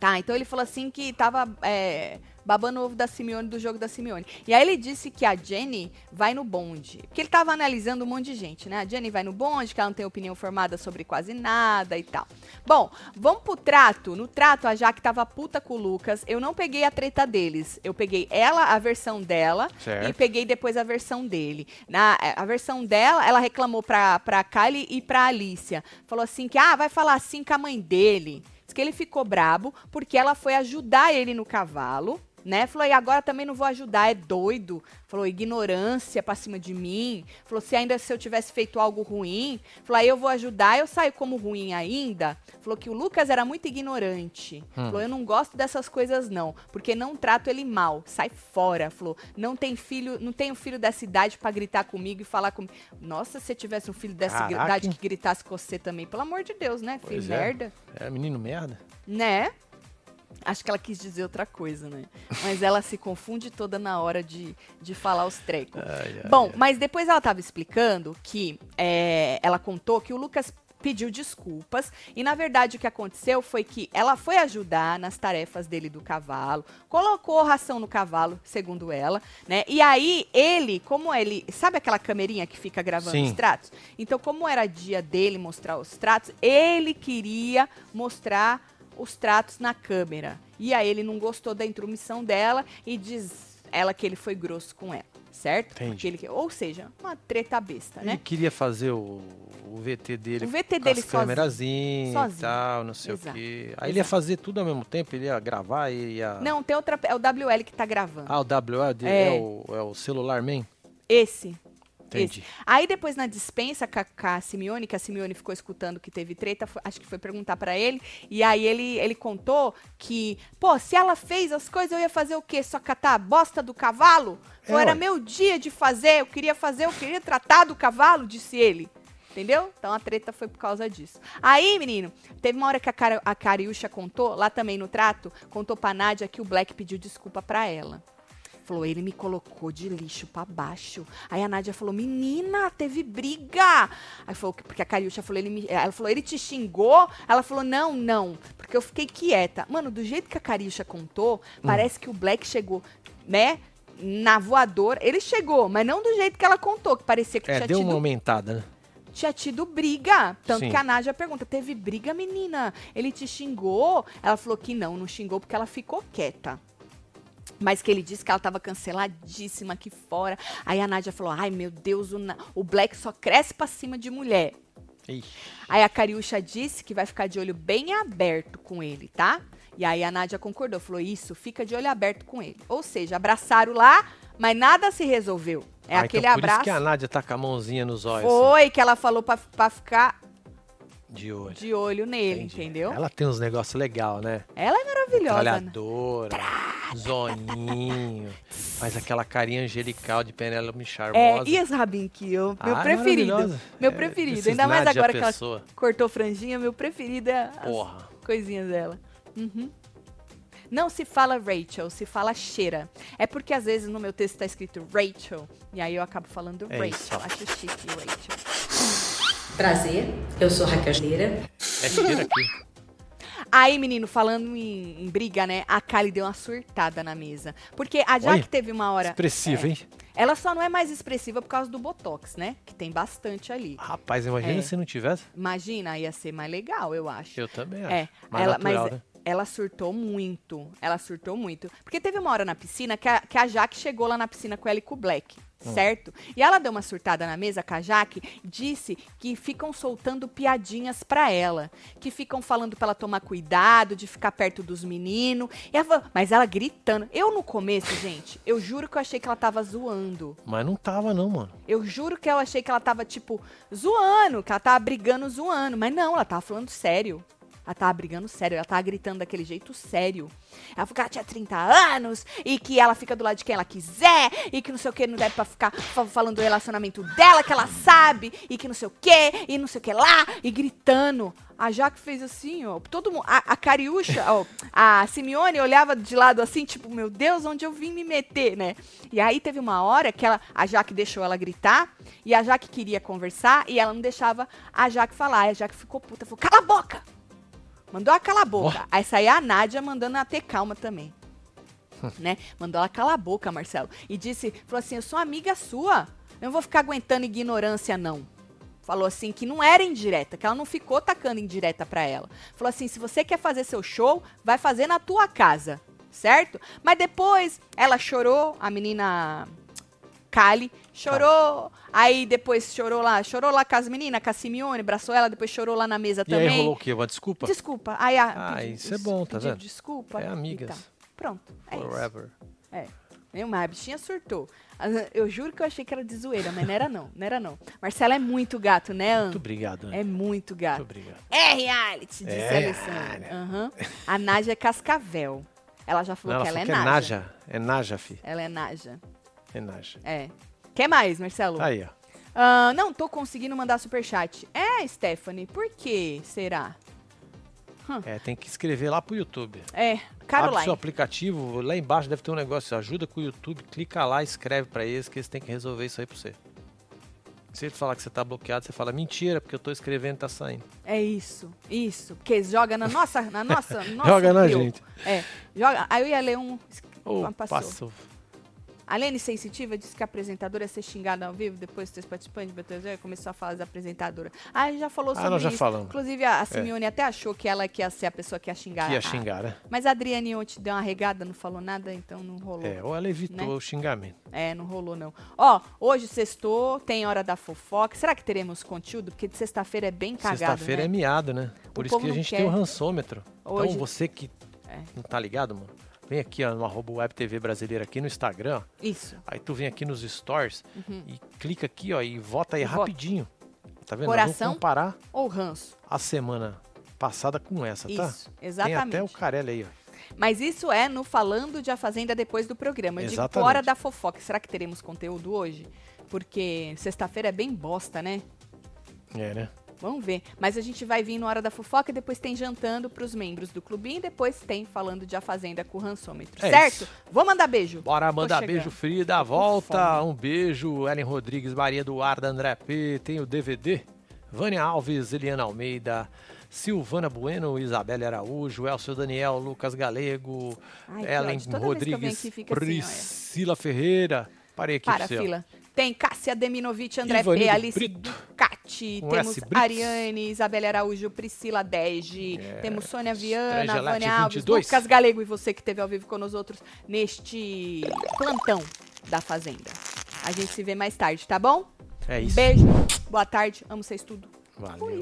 Tá, então ele falou assim que tava é, babando o ovo da Simeone, do jogo da Simeone. E aí ele disse que a Jenny vai no bonde. Porque ele tava analisando um monte de gente, né? A Jenny vai no bonde, que ela não tem opinião formada sobre quase nada e tal. Bom, vamos pro trato. No trato, a Jaque tava puta com o Lucas. Eu não peguei a treta deles. Eu peguei ela, a versão dela, e Certo. peguei depois a versão dele. Na, eh, a versão dela, ela reclamou pra, pra Kylie e pra Alicia. Falou assim que, ah, vai falar assim com a mãe dele. Diz que ele ficou brabo porque ela foi ajudar ele no cavalo, né? Falou, e agora também não vou ajudar, é doido. Falou, ignorância pra cima de mim. Falou, se ainda se eu tivesse feito algo ruim. Falou, aí eu vou ajudar, eu saio como ruim ainda. Falou que o Lucas era muito ignorante. Hum. Falou, eu não gosto dessas coisas não, porque não trato ele mal. Sai fora, falou. Não tem filho, não tenho filho dessa idade pra gritar comigo e falar comigo. Nossa, se eu tivesse um filho dessa Caraca, idade hein? que gritasse com você também, pelo amor de Deus, né? Filho Pois é. merda. É, menino merda. Né? Acho que ela quis dizer outra coisa, né? Mas ela se confunde toda na hora de, de falar os trecos. Ai, ai, Bom, mas depois ela tava explicando que é, ela contou que o Lucas pediu desculpas e na verdade o que aconteceu foi que ela foi ajudar nas tarefas dele do cavalo, colocou ração no cavalo, segundo ela, né? E aí ele, como ele, sabe aquela câmerinha que fica gravando Sim. os tratos? Então, como era dia dele mostrar os tratos, ele queria mostrar os tratos na câmera. E aí ele não gostou da intromissão dela e diz ela que ele foi grosso com ela, certo? Entendi. Porque ele que- ou seja, uma treta besta, Ele né? queria fazer o, o VT dele O VT com dele as câmerazinhas e sozinho. tal, não sei o Exato, quê. Aí ele ia exato. fazer tudo ao mesmo tempo, ele ia gravar, ele ia... Não, tem outra, é o WL que tá gravando. Ah, o WA dele é. É. o, é o celular man? Esse. Entendi. Aí depois na dispensa com a, com a Simeone, que a Simeone ficou escutando que teve treta, fo- acho que foi perguntar pra ele, e aí ele, ele contou que, pô, se ela fez as coisas, eu ia fazer o quê? Só catar a bosta do cavalo? É, Ou era ué. meu dia de fazer, eu queria fazer, eu queria tratar do cavalo, disse ele. Entendeu? Então a treta foi por causa disso. Aí, menino, teve uma hora que a, Cara, a Cariúcha contou, lá também no trato, contou pra Nádia que o Black pediu desculpa pra ela. Falou, ele me colocou de lixo pra baixo. Aí a Nádia falou, menina, teve briga. Aí falou, que- porque a Cariúcha falou, ele me- ela falou, ele te xingou? Ela falou, não, não, porque eu fiquei quieta. Mano, do jeito que a Cariúcha contou, Hum. parece que o Black chegou, né, na voadora. Ele chegou, mas não do jeito que ela contou, que parecia que É, tinha deu uma tido aumentada, né? tinha tido briga. Tanto Sim. que a Nádia pergunta: teve briga, menina? Ele te xingou? Ela falou que não, não xingou porque ela ficou quieta. Mas que ele disse que ela tava canceladíssima aqui fora. Aí a Nádia falou: ai meu Deus, o, Na- o Black só cresce pra cima de mulher. É Ixi. Aí a Cariúcha disse que vai ficar de olho bem aberto com ele, tá? E aí a Nádia concordou, falou: isso, fica de olho aberto com ele. Ou seja, abraçaram lá, mas nada se resolveu. É Ah, aquele então por abraço. isso que a Nádia tá com a mãozinha nos olhos, assim, Foi que ela falou pra, pra ficar de olho. de olho nele, Entendi. entendeu? Ela, Ela tem uns negócios legais, né? é maravilhosa. né? Trabalhadora, zoninho, faz aquela carinha angelical de Penélope Charmosa. É, e esse rabinho que eu, meu Ah, é preferido. maravilhosa. Meu É, preferido. esses Ainda mais Nádia agora que ela pessoa. cortou franjinha, meu preferido é as Porra. coisinhas dela. Uhum. Não se fala Rachel, se fala cheira. É porque às vezes no meu texto tá escrito Rachel, e aí eu acabo falando É isso. Rachel. Acho chique, Rachel. Prazer, eu sou Raquel Leira. É cheiro aqui. Aí, menino, falando em, em briga, né? A Kylie deu uma surtada na mesa. Porque a Jaque teve uma hora. Expressivo, hein? Ela só não é mais expressiva por causa do Botox, né? Que tem bastante ali. Rapaz, imagina É. se não tivesse. Imagina, ia ser mais legal, eu acho. Eu também acho. É, Mais ela, natural, mas né? ela surtou muito. Ela surtou muito. Porque teve uma hora na piscina que a, que a Jaque chegou lá na piscina com ela e com o Black. Hum. Certo? E ela deu uma surtada na mesa com a Jaque, disse que ficam soltando piadinhas pra ela, que ficam falando pra ela tomar cuidado, de ficar perto dos meninos. E ela falou- mas ela gritando. Eu no começo, gente, eu juro que eu achei que ela tava zoando. Mas não tava, não, mano. Eu juro que eu achei que ela tava, tipo, zoando, que ela tava brigando, zoando. Mas não, ela tava falando sério. Ela Ela tava brigando sério, ela tava gritando daquele jeito sério. Ela falou que ela tinha 30 anos e que ela fica do lado de quem ela quiser e que não sei o que, não deve pra ficar fa- falando do relacionamento dela, que ela sabe e que não sei o que, e não sei o que lá, e gritando. A Jaque fez assim, ó, todo mundo, a, a Cariúcha, ó, a Simeone olhava de lado assim, tipo, meu Deus, onde eu vim me meter, né? E aí teve uma hora que ela, a Jaque deixou ela gritar, e a Jaque queria conversar, e ela não deixava a Jaque falar, e a Jaque ficou puta, falou, cala a boca! Mandou ela calar a boca. Aí saiu a Nádia mandando ela ter calma também. né? Mandou ela calar a boca, Marcelo. E disse, falou assim, eu sou amiga sua. Eu não vou ficar aguentando ignorância, não. Falou assim que não era indireta, que ela não ficou tacando indireta pra ela. Falou assim, se você quer fazer seu show, vai fazer na tua casa, certo? Mas depois ela chorou, a menina Kali chorou, aí depois chorou lá, chorou lá com as meninas, com a Simeone, abraçou ela, depois chorou lá na mesa E aí também. rolou o quê? Uma desculpa? Desculpa. Aí a, Ah, pedi- isso é des- bom, tá pediu vendo? Desculpa. É e amigas. tal. Pronto, é isso. Forever. É. Nenhuma, a bichinha surtou. As- Eu juro que eu achei que era de zoeira, mas não era não, não era não. Marcela é muito gato, né, Ana? Muito obrigado, Ana. É muito Muito gato. obrigado. É reality, disse É, a Alessandra. Aham. A Naja é cascavel. Ela já falou Não, que ela ela é falou que é Naja. Naja. É Naja, fi. Ela é Naja, É Naja. é. Quer mais, Marcelo? Tá aí, ó. Ah, não tô conseguindo mandar superchat. É, Stephanie, por que será? Hum. É, tem que escrever lá pro YouTube. É, Abre seu Caroline. aplicativo, lá embaixo deve ter um negócio. Ajuda com o YouTube, clica lá, escreve pra eles que eles têm que resolver isso aí pra você. Se ele falar que você tá bloqueado, você fala, mentira, porque eu tô escrevendo e tá saindo. É isso, isso. Porque joga na nossa. Na nossa, no nosso Joga na pio. gente. É, joga. Aí eu ia ler um. Ou mas passou. passou. A Lene Sensitiva disse que a apresentadora ia ser xingada ao vivo depois dos três participantes BTZ começou a falar da apresentadora. Ah, a gente já falou Ah, sobre nós já isso. falamos. É. Inclusive, a, a Simeone até achou que ela que ia ser a pessoa que ia xingar. Que ia a- xingar, né? Mas a Adriane ontem deu uma regada, não falou nada, então não rolou. É, ou ela evitou Né? o xingamento. É, não rolou não. Ó, hoje sextou, tem hora da fofoca. Será que teremos conteúdo? Porque de sexta-feira é bem cagado, Sexta-feira né? é miado, né? Por isso povo que a não gente quer. tem o rançômetro. Hoje- É. Então você que não tá ligado, mano, vem aqui ó, no arroba web TV brasileira aqui no Instagram. ó. Isso. Aí tu vem aqui nos stories e clica aqui, ó, e vota aí Uhum. E vota. rapidinho. Tá vendo? Nós Coração. Vamos comparar Ou ranço. a semana passada com essa, tá? Isso, exatamente. Tem até o Carelli aí, ó. Mas isso é no Falando de A Fazenda depois do programa. Eu digo Exatamente. hora da fofoca. Será que teremos conteúdo hoje? Porque sexta-feira é bem bosta, né? É, né? Vamos ver. Mas a gente vai vir no Hora da Fofoca e depois tem jantando pros membros do clubinho e depois tem falando de A Fazenda com o Rançômetro. É certo? isso. Vou mandar beijo. Bora Tô mandar chegando. beijo, Frida. Volta. Um beijo, Ellen Rodrigues, Maria Eduarda, André P. Tem o DVD. Vânia Alves, Eliana Almeida, Silvana Bueno, Isabela Araújo, Elcio Daniel, Lucas Galego, Ai, que Ellen ódio. Toda vez que eu venho Rodrigues, aqui fica assim, olha. Priscila Ferreira. Parei aqui Para, pro seu. fila. Tem Cássia Deminovich, André Ivanildo P, Alice Brito. Ducati, Um temos S. Brits. Ariane, Isabela Araújo, Priscila Dege, É, temos Sônia Viana, Strangelete Vânia Alves, 22. Lucas Galego e você que esteve ao vivo com nós outros neste plantão da Fazenda. A gente se vê mais tarde, tá bom? É Um isso. Beijo, boa tarde, amo vocês tudo. Valeu.